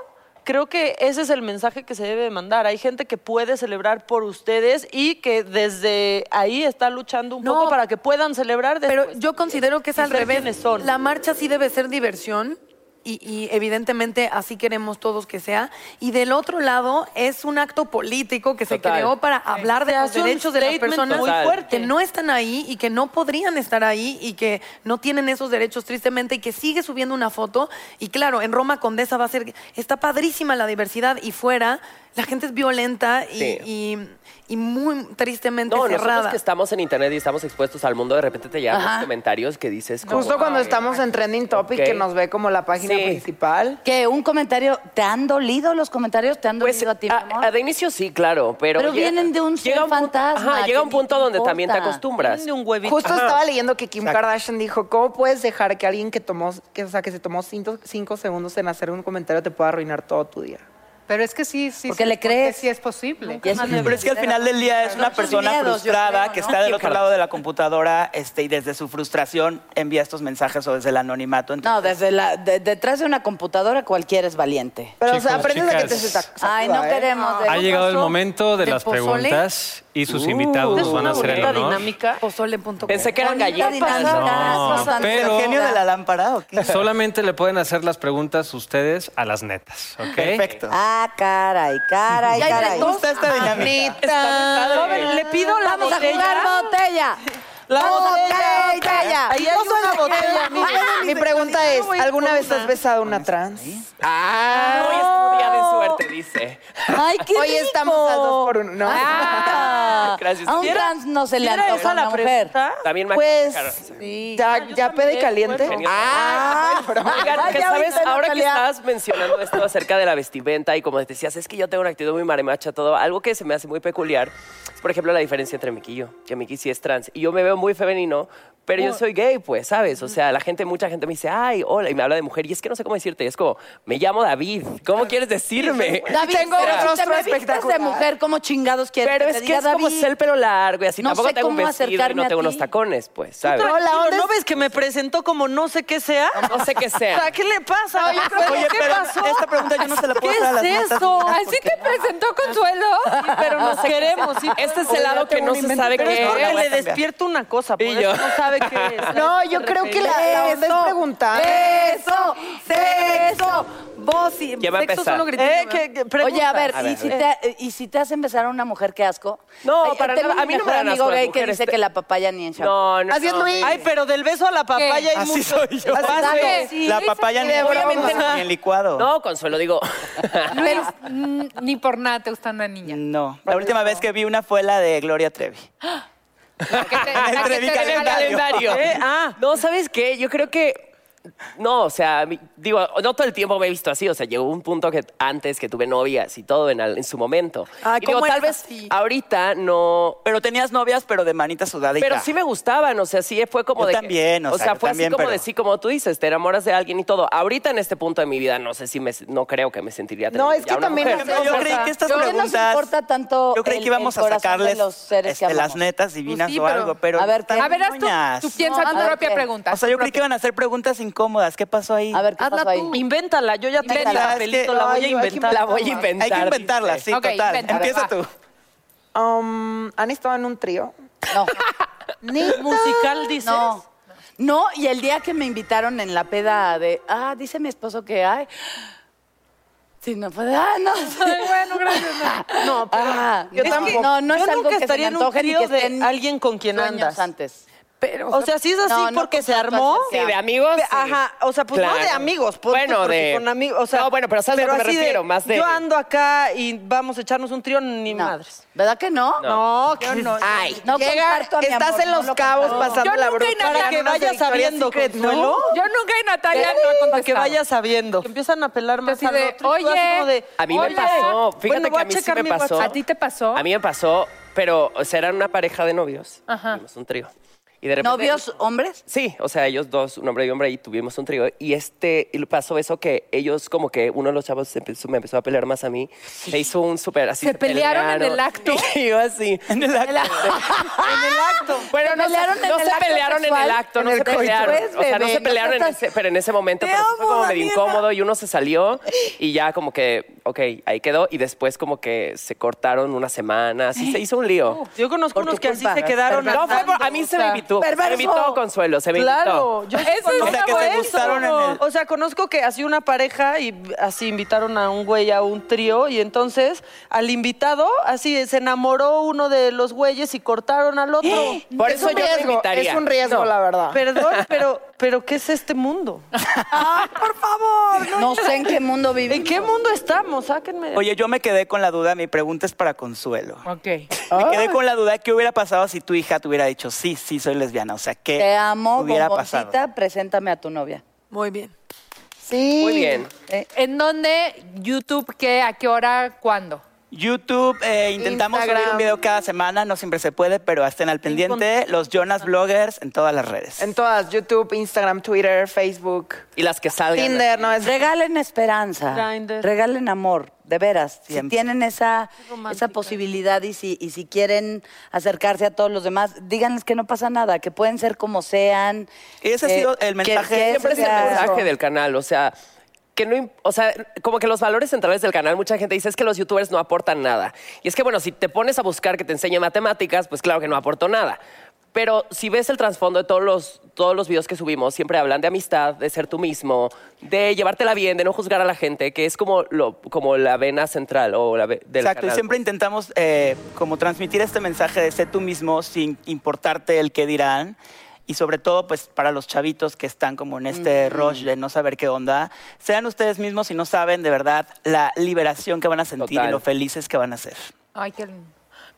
E: creo que ese es el mensaje que se debe de mandar. Hay gente que puede celebrar por ustedes y que desde ahí está luchando un
C: No,
E: poco para que puedan celebrar.
C: Pero
E: después.
C: yo considero que es
E: Y
C: al
E: ser
C: revés.
E: quienes son.
C: La marcha sí debe ser diversión. Y, y evidentemente así queremos todos que sea. Y del otro lado es un acto político que se
G: Total.
C: creó para hablar de
E: Se
C: los
E: hace un
C: derechos de las
E: statement
C: personas
E: muy
G: Total.
E: fuerte.
C: que no están ahí y que no podrían estar ahí y que no tienen esos derechos tristemente y que sigue subiendo una foto. Y claro, en Roma Condesa va a ser, está padrísima la diversidad y fuera la gente es violenta y,
G: Sí.
C: y- y muy tristemente
G: No,
C: cerrada.
G: nosotros que estamos en internet y estamos expuestos al mundo, de repente te llegan
B: Ajá.
G: los comentarios que dices como,
H: Justo cuando estamos en Trending Topic,
G: Ok.
H: que nos ve como la página
G: Sí.
H: principal.
B: Que un comentario, ¿te han dolido los comentarios? ¿Te han
G: Pues
B: dolido a ti, mi amor?
G: a- de inicio sí, claro, pero...
B: Pero vienen de un ser
G: llega punto-
B: fantasma,
G: ajá,
B: ¿qué
G: llega un
B: te
G: punto donde
B: importa?
G: también te acostumbras.
E: Tienen un huevito.
H: Justo estaba leyendo que Kim Kardashian dijo, ¿cómo puedes dejar que alguien que tomó, que, o sea, que se tomó cinco, cinco segundos en hacer un comentario te pueda arruinar todo tu día?
D: Pero es que sí, sí.
B: Porque
D: sí,
B: le crees.
D: sí es posible.
B: Y es un-
F: Pero es que al final del día es una
B: Son
F: persona
B: miedos, yo
F: frustrada
B: creo,
F: que
B: ¿no?
F: está del
G: Sí,
F: otro
G: claro.
F: lado de la computadora este, y desde su frustración envía estos mensajes o desde el anonimato. Entonces,
B: No, desde la, de- detrás de una computadora cualquiera es valiente.
H: Pero, o
I: Chicos,
H: sea, aprendes de que te
I: chicas.
H: se sacuda,
B: Ay, no
H: ¿eh?
B: queremos. de-
I: Ha llegado el
C: pasó?
I: momento de
C: ¿De
I: las
C: pozole?
I: preguntas y sus
G: Uh.
I: invitados van a hacer el
E: bonita
I: honor.
E: dinámica.
C: Pozole.com.
G: Pensé que eran
B: Bonita
G: galletas.
B: dinámica,
I: No,
B: cosas
I: pero-
B: de
F: ¿El genio de la lámpara o qué?
I: Solamente le pueden hacer las preguntas ustedes a las netas, ¿ok?
F: Perfecto.
B: Ah, caray, caray,
C: Ya hay
B: caray.
F: Me gusta esta dinámica.
D: Ah,
E: Joven, le pido la
B: Vamos a
E: botella.
B: jugar botella.
E: La
B: Vamos a
E: botella.
B: jugar botella.
E: Ahí hay una botella, amiga.
H: Mi pregunta es, ¿alguna vez has besado a una trans?
G: Ah, hoy es tu día de suerte. dice.
B: Ay, qué
H: Hoy
B: rico.
H: estamos al dos por uno, ¿no?
B: Ah,
G: Gracias.
B: A un
G: ¿Era-
B: trans no se le
E: ¿Era
B: antoja
E: esa
B: una
E: la
B: mujer.
E: pregunta?
G: También me
H: Pues,
B: Sí.
H: ya, ya pede caliente.
E: bueno.
G: Ah, Oigan,
B: Ay,
G: que
B: ya
G: sabes,
B: ahorita no
G: ahora que
B: pelea.
G: estabas mencionando esto acerca de la vestimenta y como decías, es que yo tengo una actitud muy marimacha, todo, algo que se me hace muy peculiar es, por ejemplo, la diferencia entre Miki y yo, que Miki sí es trans y yo me veo muy femenino, pero
B: Oh.
G: yo soy gay, pues, ¿sabes? O sea, la gente, mucha gente me dice, ay, hola, y me habla de mujer y es que no sé cómo decirte, es como, me llamo David, ¿cómo quieres decirme?
B: David,
H: Tengo
B: pero
H: un
B: si te
H: rostro
B: me vistes
H: espectacular.
B: de mujer, ¿cómo chingados quieres
G: Pero
B: te
G: es que
B: diga,
G: es como
B: David?
G: es el pelo largo y así,
B: No
G: tampoco
B: sé
G: tengo un
B: cómo
G: vestido y
B: acercarme
G: no
B: a
G: tengo unos
B: ti.
G: tacones, pues, ¿sabes?
E: Tranquilo, ¿no ves que me presentó como no sé qué sea?
G: No sé qué
E: O sea,
G: sea.
E: ¿qué le pasa? Oye,
F: Oye,
E: ¿qué
F: pero
E: pasó?
F: esta pregunta yo no se la
E: ¿Qué
F: puedo hacer a las
E: es
F: netas,
E: eso?
F: niñas,
E: Así
F: Pues porque-
E: te presentó Consuelo, pero nos queremos. sí,
G: Este es
E: pero-
G: el lado que no se sabe
E: Pero
G: qué
E: es
G: es.
E: porque le
F: cambiar.
E: despierto una cosa, por
G: Y yo.
E: eso no sabe qué es.
H: No, yo creo que la, la onda es preguntar.
B: Eso, sexo, vos y...
G: Ya va a
C: Sexo
G: empezar.
C: solo grititos,
E: Eh,
C: ¿verdad?
E: que, que
B: Oye,
E: pregunta.
B: a ver,
G: A ver,
B: ¿y,
G: a
B: si
G: ver.
B: Te, eh, ¿y si te hace besar a una mujer, qué asco?
G: No, para
B: tengo
G: nada.
B: mi
G: A mí no me
B: mejor
G: dan asco
B: amigo
G: las
B: gay que
G: mujeres.
B: dice que la papaya ni en champú.
G: No, no,
H: Así es,
G: no.
H: Luis.
E: Ay, pero del beso a la papaya hay
F: Así
E: mucho.
F: soy yo.
E: Pase.
B: Dale.
E: Sí,
F: La
E: sí,
F: papaya
E: sí,
F: ni
E: de broma.
F: obviamente ni en licuado.
G: No, Consuelo, digo.
D: Pero mm, ni por nada te gusta una niña.
F: No. La última vez que vi una fue la de Gloria Trevi.
D: La que te- la que
F: Entreví
D: te regala-
G: calendario.
E: Eh, ah.
G: No, ¿sabes qué? Yo creo que. No, o sea, a mí- digo, no todo el tiempo me he visto así. O sea, llegó un punto que antes que tuve novias y todo en, al- en su momento.
C: Ay,
G: y digo,
C: ¿cómo
G: tal
C: eres
G: vez
C: así?
G: ahorita no.
F: Pero tenías novias, pero de manita sudadita.
G: Pero sí me gustaban, o sea, sí fue como
F: Yo
G: de. que-
F: también, o sea, yo
G: fue
F: también,
G: así como
F: pero-
G: de sí, como tú dices, te enamoras de alguien y todo. Ahorita en este punto de mi vida, no sé si me. No creo que me sentiría
H: No,
G: atraída
H: es que
G: a una
H: también
G: mujer.
H: no
F: Pero yo creí que estas
B: ¿Por qué nos
F: preguntas.
B: importa tanto
F: Yo creí
B: el-
F: que íbamos
B: el
F: a
B: corazón
F: sacarles
B: de los seres que
F: este, las
B: amamos?
F: netas divinas
C: Pues sí,
F: o
C: pero-
F: algo, pero.
B: A ver,
F: están
B: ¿qué?
D: A ver, haz tú,
F: ñoñas.
D: tú piensa
B: No, a
D: tu
B: ver
D: propia
B: qué.
D: pregunta.
F: O sea, yo creí que iban a hacer preguntas incómodas. ¿Qué pasó ahí?
B: A ver, ¿qué
C: Hazla
B: pasó ahí?
C: tú.
E: Invéntala, yo ya tengo el
F: Invéntala, es
E: papelito,
F: que-
E: la voy a
H: Ay, yo hay que
E: inventar.
G: La voy a inventar.
F: Hay que inventarla,
G: dice.
F: sí,
D: Ok,
F: total.
D: inventa, va.
F: Empieza tú.
H: Um, ¿Han estado en un trío?
B: No.
E: Musical, dices.
B: No. No, y el día que me invitaron en la peda de, ah, dice mi esposo que hay. Si no puede, ah, no.
E: bueno, gracias. No, pero
B: Ah,
E: yo
B: no,
E: tampoco.
B: no, no es
E: Yo
B: algo
E: nunca
B: que se
E: estaría
B: me
E: en un
B: antoje ni
E: trío
B: que
E: de
B: estén
E: alguien con quien
B: Sueños
E: andas.
B: antes.
C: Pero,
E: O sea, si es así
B: No, no
E: porque
B: con
E: se
B: tanta
E: armó.
G: Sí, de amigos. sí.
E: Ajá, o sea, pues no
G: Claro.
E: de amigos, ponte,
G: Bueno,
E: porque
G: de.
E: con amigos, o sea,
G: no, bueno, pero ¿sabes a lo que me
E: así de,
G: refiero? Más de.
E: Yo ando acá y vamos a echarnos un trío ni
B: No.
E: madres.
B: ¿Verdad que no?
E: No, que
G: Ay.
B: No
H: Llega,
B: comparto a mi
H: estás
B: amor,
H: en
B: no
H: los
B: lo
H: cabos
B: comparto.
H: pasando
D: Yo
H: la
D: nunca he
H: bruta.
E: para
D: Natalia,
E: que
D: no sé,
E: vayas sabiendo, Consuelo.
D: Yo nunca y Natalia no ha contestado.
E: Para que vayas sabiendo. Que empiezan a pelar más
D: Así
E: al
D: de,
E: otro. y tú así
D: oye,
E: como de,
G: A mí me
E: "Hola".
G: pasó, fíjate
E: Bueno,
G: que
E: voy
G: a mí sí
E: checar
G: me
E: mi
G: pasó.
E: WhatsApp.
D: ¿A ti te pasó?
G: A mí me pasó, pero, o sea, eran una pareja de novios.
D: Ajá.
G: Tuvimos un trío. Y de repente...
B: ¿Novios hombres?
G: Sí, o sea, ellos dos, un hombre y un hombre, y tuvimos un trío. Y este, y pasó eso que ellos, como que uno de los chavos se empezó- me empezó a pelear más a mí. Le hizo un súper así.
D: ¿Se pelearon en el acto?
G: Y yo así. En el acto. Bueno,
B: ¿Se
G: no, se-
B: pelearon en
G: no
B: el
G: se
B: acto
G: pelearon en
B: sexual?
G: el acto, no
B: En
G: se
B: el coito.
G: pelearon.
B: Pues,
G: o sea, no
B: bebé,
G: se
B: no
G: pelearon en
B: estás-
G: ese, pero en ese momento
B: Te
G: pero sí fue
B: amo,
G: como medio
B: Daniela.
G: incómodo y uno se salió y ya como que, ok, ahí quedó. Y después como que se cortaron una semana, así se hizo un lío.
E: Yo conozco
B: Por
E: unos
B: tu
E: que así
B: culpa.
E: se quedaron.
G: No, fue por-
E: andando,
G: a mí
E: o
G: se me
E: sea.
G: invitó. Se me
B: perverso.
G: invitó, Consuelo, se me invitó.
E: Claro, yo sí
D: Eso es
E: conozco
F: O sea, que se
E: eso.
F: gustaron en el-
E: O sea, conozco que así una pareja y así invitaron a un güey a un trío y entonces al invitado así se enamoró uno de los güeyes y cortaron al otro.
D: ¿Eh?
G: Por eso yo te
H: riesgo,
G: invitaría.
H: es un riesgo, la verdad.
E: Perdón, pero pero ¿qué es este mundo? por favor.
B: No sé en qué mundo vivimos.
E: ¿En qué mundo estamos? Sáquenme. de-
F: Oye, yo me quedé con la duda, mi pregunta es para Consuelo.
D: Ok.
F: Me
B: Ah.
F: quedé con la duda, ¿qué hubiera pasado si tu hija te hubiera dicho, sí, sí, soy lesbiana? O sea, ¿qué
B: Te amo,
F: hubiera pasado?
B: bomboncita, preséntame a tu novia.
C: muy bien.
H: Sí.
G: Muy bien.
B: ¿eh?
D: ¿En dónde? ¿YouTube qué? ¿A qué hora? ¿Cuándo?
F: YouTube, eh, intentamos subir un
C: Instagram.
F: video cada semana, no siempre se puede, pero estén al pendiente. Los Jonas Bloggers en todas las redes.
H: En todas, YouTube, Instagram, Twitter, Facebook,
G: Y las que salgan.
H: Tinder, no es...
B: Regalen esperanza,
E: Grindr.
B: regalen amor, de veras. Si
F: Siempre.
B: tienen esa, esa posibilidad y si, y si quieren acercarse a todos los demás, díganles que no pasa nada, que pueden ser como sean. Eh,
F: Ese ha
B: que-
F: sido el mensaje.
B: que
G: Siempre es el
B: sea-
G: mensaje del canal, o sea, que no, im- o sea, como que los valores centrales del canal, mucha gente dice es que los youtubers no aportan nada. Y es que bueno, si te pones a buscar que te enseñe matemáticas, pues claro que no aportó nada. Pero si ves el trasfondo de todos los, todos los videos que subimos, siempre hablan de amistad, de ser tú mismo, de llevártela bien, de no juzgar a la gente, que es como, lo, como la vena central o la ve- del
F: Exacto,
G: canal.
F: y
G: pues.
F: siempre intentamos eh, como transmitir este mensaje de sé tú mismo sin importarte el que dirán. y sobre todo pues para los chavitos que están como en este rush de no saber qué onda, sean ustedes mismos si no saben de verdad la liberación que van a sentir
G: Total.
F: y lo felices que van a ser.
D: Ay, qué lindo.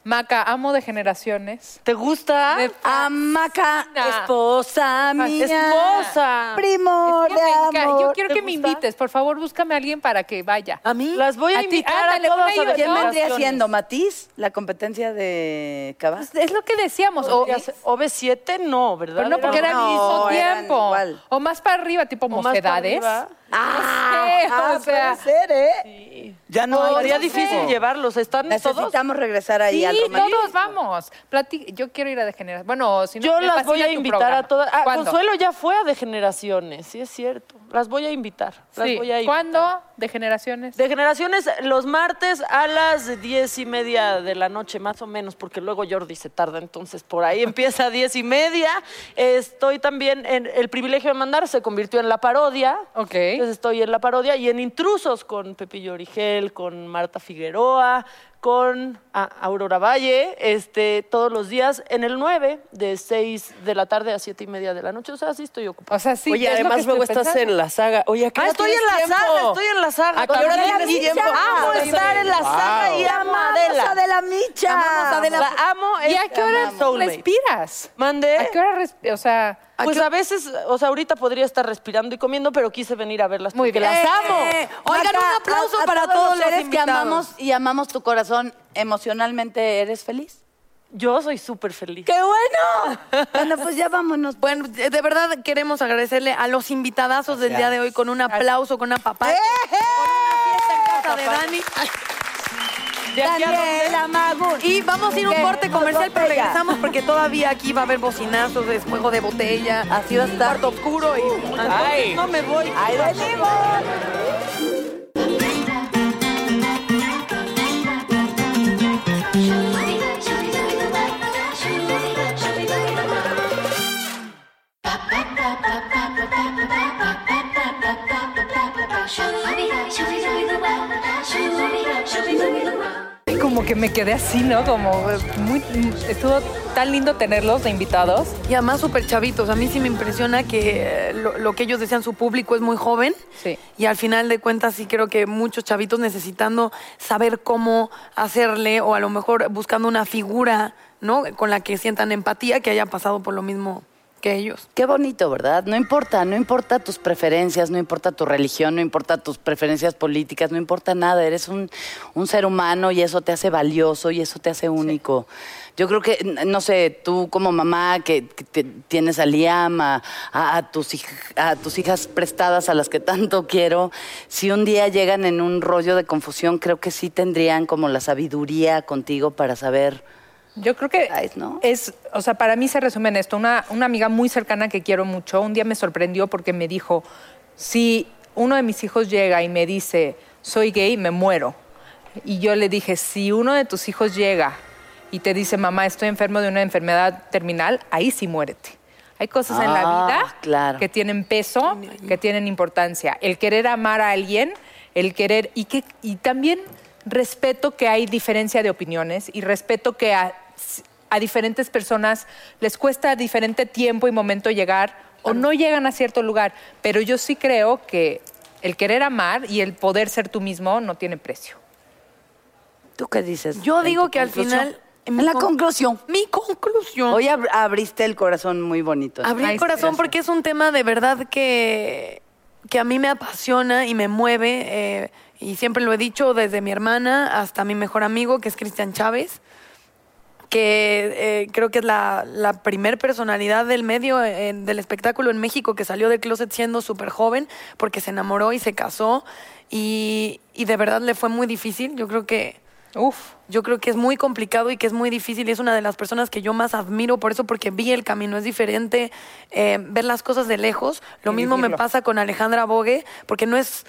D: Maca, amo de generaciones.
E: ¿Te gusta?
D: Me
B: Amaca, esposa mía.
E: Esposa.
B: Primor
D: Es que
B: de
D: me enca-
B: amor.
D: Yo quiero que me invites, por favor, búscame a alguien para que vaya.
E: ¿A mí? Las voy a
D: ti,
E: invitar a
D: ándale,
E: todas
D: una
E: a
D: y
B: ¿Quién
D: otra.
B: vendría
E: Opciones.
B: siendo? ¿Matiz? ¿La competencia de Cabas?
D: Es lo que decíamos. O,
E: Ya sé, OV7 no, ¿verdad?
D: pero no, porque era al
B: No,
D: mismo
B: eran
D: tiempo.
B: igual.
D: O más para arriba, tipo
E: O más para
D: mocedades.
E: arriba. Ah,
D: sé, o sea.
B: Ah, puede ser, ¿eh?
F: Ya no, hay
E: Sería
F: tanto
E: difícil
F: tiempo.
E: llevarlos. ¿Están todos?
B: Necesitamos regresar ahí
D: Sí,
B: al romanticismo.
D: todos vamos. Plati- yo quiero ir a Degeneraciones. Bueno, si no,
E: Yo
D: me
E: las
D: fascina
E: voy a
D: tu
E: invitar
D: programa.
E: a todas. Ah,
D: ¿Cuándo?
E: Consuelo ya fue a Degeneraciones, sí es cierto. Las voy a invitar. Las
D: Sí.
E: voy a invitar.
D: ¿Cuándo? ¿Degeneraciones?
E: Degeneraciones los martes a las diez y media de la noche, más o menos, porque luego Jordi se tarda, entonces por ahí empieza a diez y media. Estoy también en El privilegio de mandar, se convirtió en la parodia.
D: Ok.
E: Entonces estoy en la parodia y en Intrusos con Pepillo Origel, con Marta Figueroa, con ah, Aurora Valle, este, todos los días en el 9, de 6 de la tarde a 7 y media de la noche. O sea, sí estoy ocupada.
D: O sea, sí.
G: Oye,
D: es lo que
G: además
D: estoy
G: luego estás
D: pensando.
G: en la saga. Oye, ¿a qué
E: Ah,
G: hora
E: estoy en
G: tienes
E: la
G: tiempo?
E: saga, estoy en la saga.
G: ¿A qué hora
E: Adela
G: tienes
E: Micha,
G: tiempo?
E: Amo
G: Ah,
E: estar en la saga y amo a Adela.
B: de la micha.
E: Amamos a Adela. La amo.
D: ¿Y
E: es-
D: a qué hora
E: amamos. Soulmate.
D: respiras?
E: Mande.
D: ¿A qué hora respiras? O sea,
G: Ah,
E: Pues a veces, o sea, ahorita podría estar respirando y comiendo, pero quise venir a verlas
D: Muy
E: porque
D: bien.
E: las amo.
B: Eh,
C: Oigan,
B: Maca,
C: un aplauso
B: a- a
C: para todos los
B: seres
C: invitados.
B: que amamos y amamos tu corazón. ¿Emocionalmente eres feliz?
E: Yo soy súper feliz.
B: ¡Qué bueno! Bueno, pues ya vámonos.
C: Bueno, de de verdad queremos agradecerle a los invitadazos del día de hoy con un aplauso, con una papá. de Dani.
E: De aquí a
B: Daniela Magu.
C: Y vamos a ir a un corte comercial, pero regresamos porque todavía aquí va a haber bocinazos, es juego de botella,
B: Así va a estar.
C: cuarto oscuro y
G: Ay.
E: No me voy.
B: ¡Ahí venimos!
D: como que me quedé así, ¿no? Como eh, muy, estuvo tan lindo tenerlos de invitados.
C: Y además súper chavitos. A mí sí me impresiona que eh, lo, lo que ellos decían, su público es muy joven.
D: Sí.
C: Y al final de cuentas sí creo que muchos chavitos necesitando saber cómo hacerle o a lo mejor buscando una figura, ¿no? Con la que sientan empatía, que haya pasado por lo mismo que ellos.
B: Qué bonito, ¿verdad? No importa, no importa tus preferencias, no importa tu religión, no importa tus preferencias políticas, no importa nada. Eres un, un ser humano y eso te hace valioso y eso te hace único. Yo creo que, n- no sé, tú como mamá que, que te- tienes a Liam, a, a- a tus hij- a tus hijas prestadas a las que tanto quiero, si un día llegan en un rollo de confusión, creo que sí tendrían como la sabiduría contigo para saber.
D: Yo creo que
B: Ay, ¿no?
D: es, o sea, para mí se resume en esto. Una, una amiga muy cercana que quiero mucho, un día me sorprendió porque me dijo, si uno de mis hijos llega y me dice, soy gay, me muero. Y yo le dije, si uno de tus hijos llega y te dice, mamá, estoy enfermo de una enfermedad terminal, ahí sí muérete. Hay cosas en la
B: Ah,
D: vida
B: claro.
D: que tienen peso, que tienen importancia. El querer amar a alguien, el querer y que y también respeto que hay diferencia de opiniones y respeto que a, a diferentes personas les cuesta diferente tiempo y momento llegar o no llegan a cierto lugar, pero yo sí creo que el querer amar y el poder ser tú mismo no tiene precio.
B: ¿Tú qué dices?
C: Yo
B: en
C: digo
B: tu
C: que al
B: conclusión?
C: final... mi
B: En la
C: con-
B: conclusión.
C: Mi conclusión...
B: Hoy ab- abriste el corazón muy bonito.
C: Abrir
D: Ay,
C: el corazón
D: gracias.
C: porque es un tema de verdad que, que a mí me apasiona y me mueve. eh, y siempre lo he dicho desde mi hermana hasta mi mejor amigo, que es Cristian Chávez, que eh, creo que es la, la primer personalidad del medio eh, del espectáculo en México que salió del closet siendo súper joven porque se enamoró y se casó. Y, y de verdad le fue muy difícil. Yo creo que
D: Uf.
C: yo creo que es muy complicado y que es muy difícil y es una de las personas que yo más admiro por eso, porque vi el camino, es diferente eh, ver las cosas de lejos. Lo
D: Y
C: mismo me
D: vivirlo.
C: pasa con Alejandra Bogue, porque no es,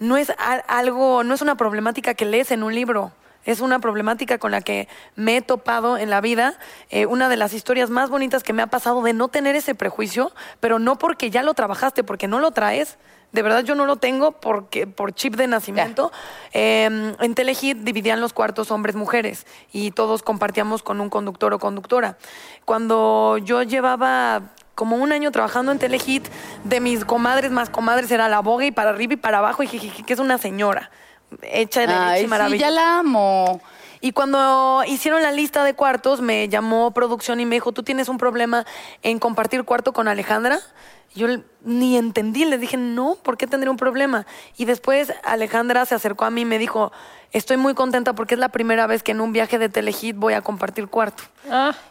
C: no es al- algo, no es una problemática que lees en un libro. Es una problemática con la que me he topado en la vida. Eh, una de las historias más bonitas que me ha pasado de no tener ese prejuicio, pero no porque ya lo trabajaste, porque no lo traes. De verdad yo no lo tengo porque por chip de nacimiento. Eh, en Telehit dividían los cuartos hombres-mujeres y todos compartíamos con un conductor o conductora. Cuando yo llevaba como un año trabajando en Telehit, de mis comadres más comadres era la boga y para arriba y para abajo, y jijiji, que es una señora. Hecha de
B: Ay,
C: leche y
B: sí,
C: maravillosa.
B: ya la amo.
C: Y cuando hicieron la lista de cuartos, me llamó producción y me dijo, ¿tú tienes un problema en compartir cuarto con Alejandra? Yo l- ni entendí, les dije, no, ¿por qué tendría un problema? Y después Alejandra se acercó a mí y me dijo, estoy muy contenta porque es la primera vez que en un viaje de Telehit voy a compartir cuarto.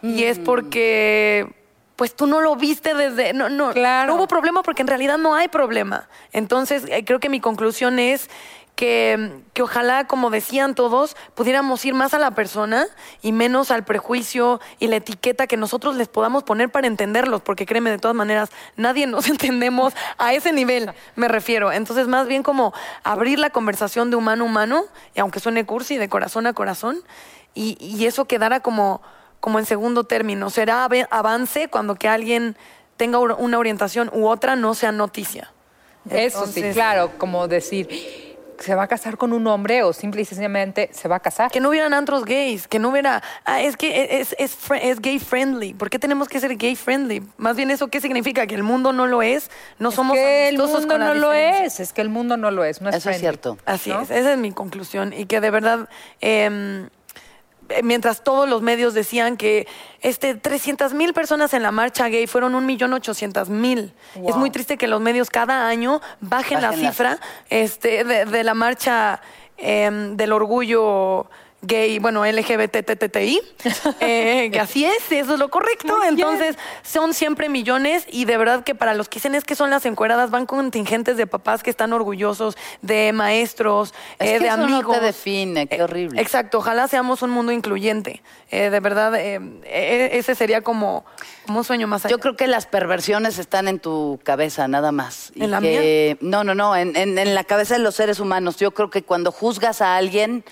C: Y es porque, pues tú no lo viste desde, no, no,
D: Claro.
C: no hubo problema porque en realidad no hay problema. Entonces, eh, creo que mi conclusión es que, que ojalá, como decían todos, pudiéramos ir más a la persona y menos al prejuicio y la etiqueta que nosotros les podamos poner para entenderlos, porque créeme, de todas maneras, nadie nos entendemos a ese nivel, me refiero. Entonces, más bien como abrir la conversación de humano a humano, y aunque suene cursi, de corazón a corazón, y, y eso quedara como, como en segundo término. Será ave- avance cuando que alguien tenga or- una orientación u otra no sea noticia.
D: Eso sí,
C: Entonces-
D: claro, como decir, ¿se va a casar con un hombre o simple y sencillamente se va a casar?
C: Que no hubieran antros gays, que no hubiera... "Ah, es que es, es, fri- es gay friendly. ¿Por qué tenemos que ser gay friendly? Más bien eso, ¿qué significa? Que el mundo no lo es, no somos
D: que el
C: amistosos
D: mundo
C: con la
D: no lo
C: diferencia.
D: es, es que el mundo no lo es, no es
B: Eso es
D: friendly.
B: cierto.
C: Así
D: ¿no?
C: es, esa es mi conclusión. Y que de verdad, eh, mientras todos los medios decían que este, 300 mil personas en la marcha gay fueron 1.800.000. Es muy triste que los medios cada año bajen,
B: Bajen
C: la
B: la-
C: cifra este, de, de la marcha eh, del orgullo gay, bueno, LGBTTTI, eh, que así es, eso es lo correcto. Entonces, son siempre millones y de verdad que para los que dicen es que son las encueradas, van contingentes de papás que están orgullosos, de maestros,
B: Es
C: eh,
B: que
C: de
B: eso no te
C: amigos.
B: define, qué
C: Eh,
B: horrible.
C: exacto, ojalá seamos un mundo incluyente. Eh, de verdad, eh, eh, ese sería como, como un sueño más allá.
B: Yo creo que las perversiones están en tu cabeza, nada más.
C: ¿En la
B: que- No, no, no, en, en- en la cabeza de los seres humanos. Yo creo que cuando juzgas a alguien,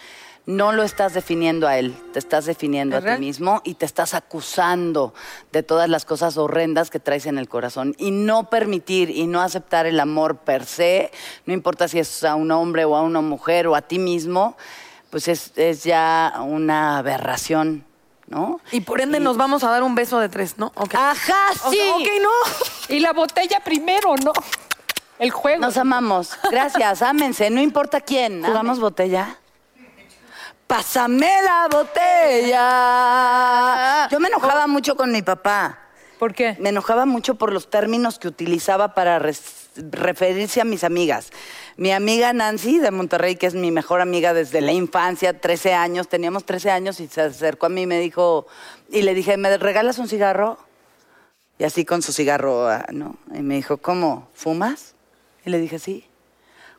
B: no lo estás definiendo a él, te estás definiendo a ti mismo y te estás acusando de todas las cosas horrendas que traes en el corazón. Y no permitir y no aceptar el amor per se, no importa si es a un hombre o a una mujer o a ti mismo, pues es, es ya una aberración, ¿no?
C: Y por ende nos vamos a dar un beso de tres, ¿no? Ok.
B: Ajá,
C: O
B: Ah, sí.
C: sea, ok, no.
D: Y la botella primero, ¿no? El juego.
B: Nos amamos. Gracias, ámense, no importa quién. ¿Jugamos botella? Pásame la botella. Yo me enojaba mucho con mi papá.
D: ¿Por qué?
B: Me enojaba mucho por los términos que utilizaba para res- referirse a mis amigas. Mi amiga Nancy de Monterrey, que es mi mejor amiga desde la infancia, 13 años, teníamos 13 años y se acercó a mí y me dijo, y le dije, ¿me regalas un cigarro? Y así con su cigarro, ah, ¿no? Y me dijo, ¿cómo? ¿Fumas? Y le dije, sí.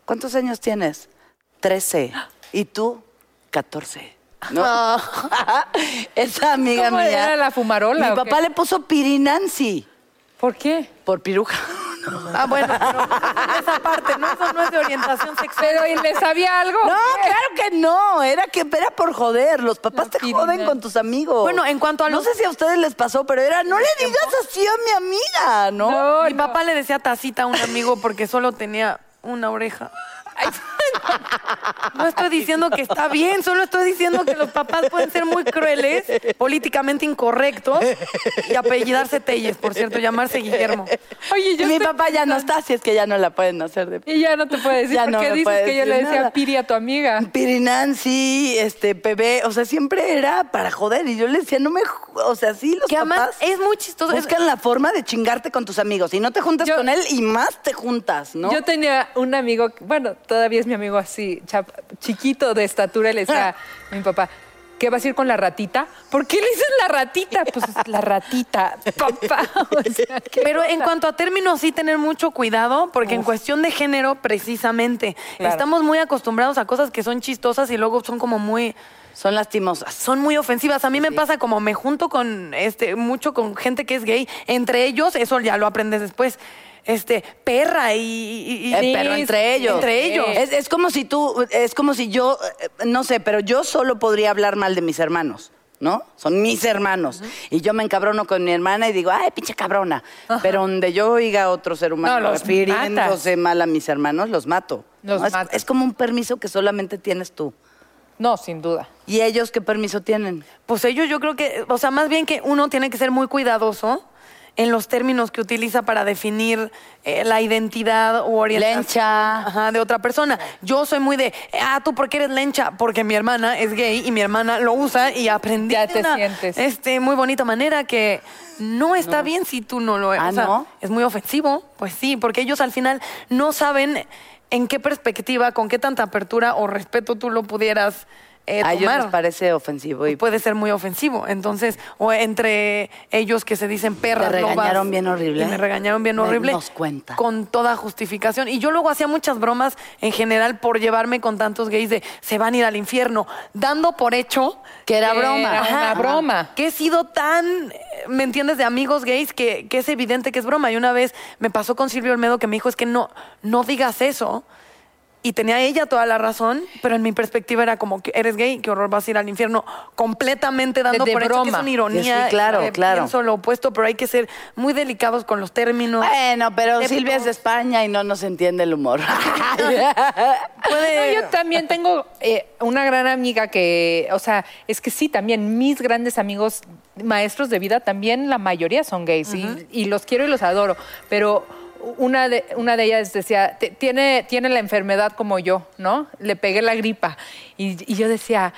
B: ¿Cuántos años tienes? 13. ¿Y tú? 14. ¿No? Esa amiga
D: Ah. ¿Cómo
B: mía.
D: era la fumarola
B: Mi
D: o qué?
B: papá le puso pirinancy
D: ¿Por qué?
B: por piruja.
C: Ah, bueno, pero esa parte, ¿no? Eso no es de orientación sexual.
D: ¿Pero ¿y le sabía algo?
B: No,
D: ¿Qué?
B: claro que no. Era que era por joder. Los papás te joden con tus amigos.
C: Bueno, en cuanto a
B: No
C: los-
B: sé si a ustedes les pasó, pero era, no le digas así a mi amiga, ¿no?
C: Mi papá le decía tacita a un amigo porque solo tenía una oreja. Ay, No estoy diciendo que está bien, solo estoy diciendo que los papás pueden ser muy crueles, políticamente incorrectos y apellidarse Telles, por cierto, llamarse Guillermo.
D: Oye,
B: Y
D: yo
B: mi
D: estoy
B: papá ya no está, si es que ya no la pueden hacer de
D: Y ya no te puede decir.
B: Ya
D: ¿Por
B: no
D: qué
B: me
D: dices
B: puede
D: que yo
B: decir
D: le decía
B: nada.
D: Piri a tu amiga?
B: Pirinancy, este, Pebé, o sea, siempre era para joder. Y yo le decía, no me. ju- O sea, sí, los
C: Que además
B: papás
C: es muy chistoso, es-
B: Buscan la forma de chingarte con tus amigos. Y no te juntas
D: Yo-
B: con él y más te juntas, ¿no?
D: Yo tenía un amigo, bueno, todavía es mi amigo así, chap- chiquito de estatura, y le decía a mi papá, ¿qué vas a ir con la ratita? ¿Por qué le dices la ratita? Pues la ratita, papá. o sea, ¿qué
C: Pero en
D: onda?
C: cuanto a términos, sí tener mucho cuidado, porque en cuestión de género, precisamente, estamos muy acostumbrados a cosas que son chistosas y luego son como muy...
B: Son lastimosas.
C: son muy ofensivas. A mí me pasa como me junto con este mucho con gente que es gay, entre ellos, eso ya lo aprendes después. Este, perra y, y- y-
B: Eh,
C: y-
B: pero entre ellos.
C: Entre
B: Sí.
C: ellos.
B: Es, es como si tú, es como si yo, eh, no sé, pero yo solo podría hablar mal de mis hermanos, ¿no? Son mis hermanos. Y yo me encabrono con mi hermana y digo, ay, pinche cabrona. Pero donde yo oiga a otro ser humano
D: No, los
B: refiriéndose mal a mis hermanos, los mato.
D: Los
B: ¿no? Es-
D: matas.
B: es como un permiso que solamente tienes tú.
D: No, sin duda.
B: ¿Y ellos qué permiso tienen?
C: Pues ellos yo creo que, o sea, más bien que uno tiene que ser muy cuidadoso en los términos que utiliza para definir eh, la identidad o orientación Ajá, de otra persona. Yo soy muy de, ah, ¿tú por qué eres lencha? Porque mi hermana es gay y mi hermana lo usa y aprendí
D: Ya
C: de
D: te
C: una,
D: sientes.
C: Este, muy bonita manera que no está bien si tú no lo
B: Ah,
C: o sea,
B: ¿no?
C: Es muy ofensivo, pues sí, porque ellos al final no saben en qué perspectiva, con qué tanta apertura o respeto tú lo pudieras eh,
B: A ellos
C: tomar
B: les parece ofensivo y
C: puede ser muy ofensivo. Entonces, o entre ellos que se dicen perras,
B: Te
C: lobas,
B: regañaron bien horrible,
C: y Me
B: ¿eh?
C: regañaron bien
B: Me-
C: horrible.
B: nos cuenta.
C: Con toda justificación. Y yo luego hacía muchas bromas en general por llevarme con tantos gays de se van a ir al infierno, dando por hecho
B: Que era
C: que
B: broma.
C: era
D: una broma.
C: Que he sido tan, eh, ¿me entiendes?, de amigos gays que, que es evidente que es broma. Y una vez me pasó con Silvio Olmedo que me dijo, es que no, no digas eso. Y tenía ella toda la razón, pero en mi perspectiva era como que eres gay, qué horror vas a ir al infierno, completamente dando
D: De- de
C: por hecho que es
D: broma.
C: una ironía.
B: Sí, claro,
C: eh,
B: claro.
C: Pienso lo opuesto, pero hay que ser muy delicados con los términos.
B: Bueno, pero
C: Te-
B: Silvia es de España y no nos entiende el humor.
C: Puede-
D: No, yo también tengo eh, una gran amiga que, o sea, es que sí, también mis grandes amigos maestros de vida, también la mayoría son gays y- y, los quiero y los adoro, pero una de, una de ellas decía, "T- tiene, tiene la enfermedad como yo, ¿no? Le pegué la gripa y, y yo decía...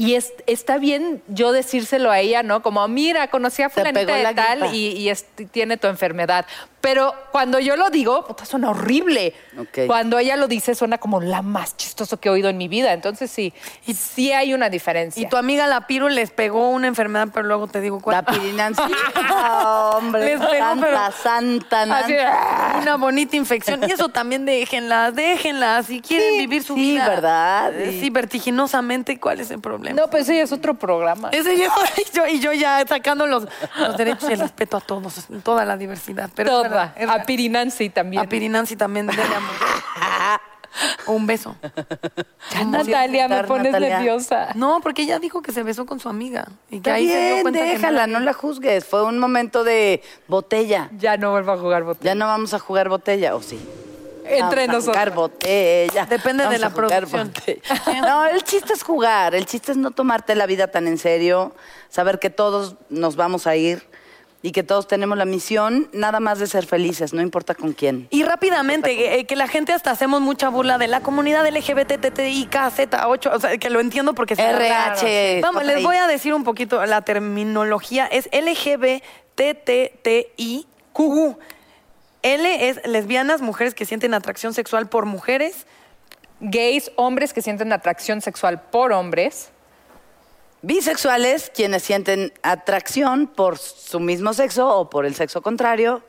D: Y es- está bien yo decírselo a ella, ¿no? Como, mira, conocí a
B: Te pegó
D: fulanita
B: la
D: de tal
B: gripa.
D: y, y es- tiene tu enfermedad. Pero cuando yo lo digo, puta, suena horrible.
B: Ok.
D: Cuando cuando ella lo dice suena como la más chistoso que he oído en mi vida. Entonces sí, y sí hay una diferencia.
C: Y tu amiga la piro les pegó una enfermedad, pero luego te digo cuál.
B: La pirinancita, Ah, hombre.
C: Les pego,
B: santa,
C: pero-
B: santa, nan-
D: Así de- "Ah,
C: una bonita infección. Y eso también déjenlas, déjenlas. Si quieren vivir su
B: sí,
C: vida.
B: ¿verdad?
C: eh,
B: Y-
C: Sí, vertiginosamente, ¿cuál es el problema?
D: No, pues sí, es otro programa.
C: Ese yo, y yo- y yo ya sacando los, los derechos y el respeto a todos, toda la diversidad. Pero es verdad,
D: Toda.
C: es
D: A
C: verdad.
D: Piri Nancy también.
C: A Piri Nancy también le amo. Un beso.
D: Ya, Natalia, me
B: Dar,
D: pones
B: Natalia.
D: nerviosa.
C: No, porque ella dijo que se besó con su amiga. Y que
B: Está
C: ahí se dio
B: bien,
C: cuenta que
B: déjala,
C: no
B: no
C: era
B: la juzgues. Fue un momento de botella.
D: Ya no vuelvo a jugar botella.
B: Ya no vamos a jugar botella, ¿o sí?
D: Entre
B: Vamos a jugar
D: nosotros.
B: botella.
C: Depende de
B: Vamos
C: la
B: a jugar
C: producción.
B: botella. No, el chiste es jugar, el chiste es no tomarte la vida tan en serio, saber que todos nos vamos a ir y que todos tenemos la misión nada más de ser felices, no importa con quién.
C: Y rápidamente, eh, que la gente hasta hacemos mucha burla de la comunidad LGBTTIKZ8, o sea, que lo entiendo porque se-
B: RH,
C: Vamos, les
B: otra I.
C: voy a decir un poquito la terminología. Es LGBTTTIQ. L es lesbianas, mujeres que sienten atracción sexual por mujeres.
D: Gays, hombres que sienten atracción sexual por hombres.
B: Bisexuales, quienes sienten atracción por su mismo sexo o por el sexo contrario.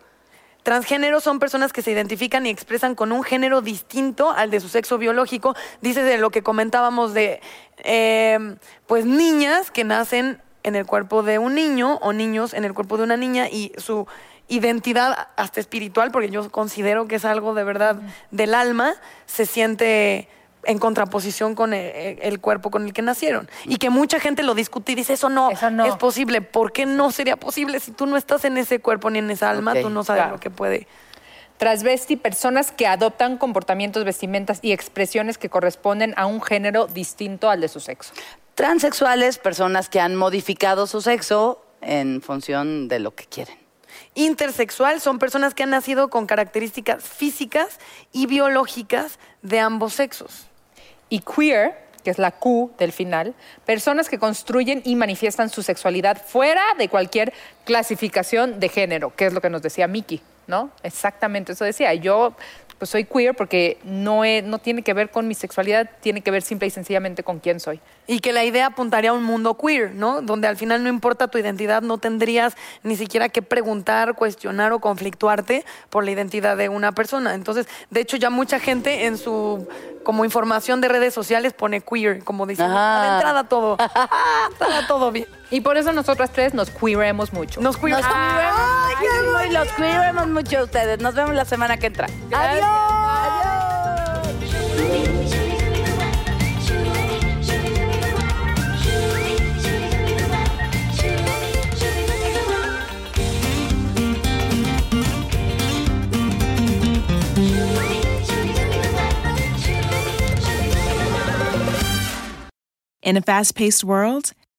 C: Transgénero son personas que se identifican y expresan con un género distinto al de su sexo biológico. Dice de lo que comentábamos de, eh, pues, niñas que nacen en el cuerpo de un niño o niños en el cuerpo de una niña y su identidad hasta espiritual, porque yo considero que es algo de verdad del alma, se siente en contraposición con el, el cuerpo con el que nacieron. Y que mucha gente lo discute y dice, eso no,
D: Eso no.
C: es posible. ¿Por qué no sería posible si tú no estás en ese cuerpo ni en esa alma?
B: Ok,
C: Tú no sabes
D: claro.
C: lo que puede.
D: Transvesti, personas que adoptan comportamientos, vestimentas y expresiones que corresponden a un género distinto al de su sexo.
B: Transexuales, personas que han modificado su sexo en función de lo que quieren.
C: Intersexual son personas que han nacido con características físicas y biológicas de ambos sexos.
D: y queer, que es la Q del final, personas que construyen y manifiestan su sexualidad fuera de cualquier clasificación de género, que es lo que nos decía Miki, ¿no? Exactamente eso decía. Yo pues soy queer porque no, he- no tiene que ver con mi sexualidad, tiene que ver simple y sencillamente con quién soy.
C: Y que la idea apuntaría a un mundo queer, ¿no? Donde al final no importa tu identidad, no tendrías ni siquiera que preguntar, cuestionar o conflictuarte por la identidad de una persona. Entonces, de hecho, ya mucha gente en su como información de redes sociales pone queer, como diciendo,
B: Ajá.
C: "Ah, de entrada todo, de entrada todo bien.
D: Y por eso nosotras tres nos queeremos mucho.
C: Nos queer.
B: Nos
C: Ay,
B: cuidamos. Ay, los cuidamos mucho a ustedes. Nos vemos la semana que entra.
D: Gracias.
B: Adiós.
J: In a fast paced world,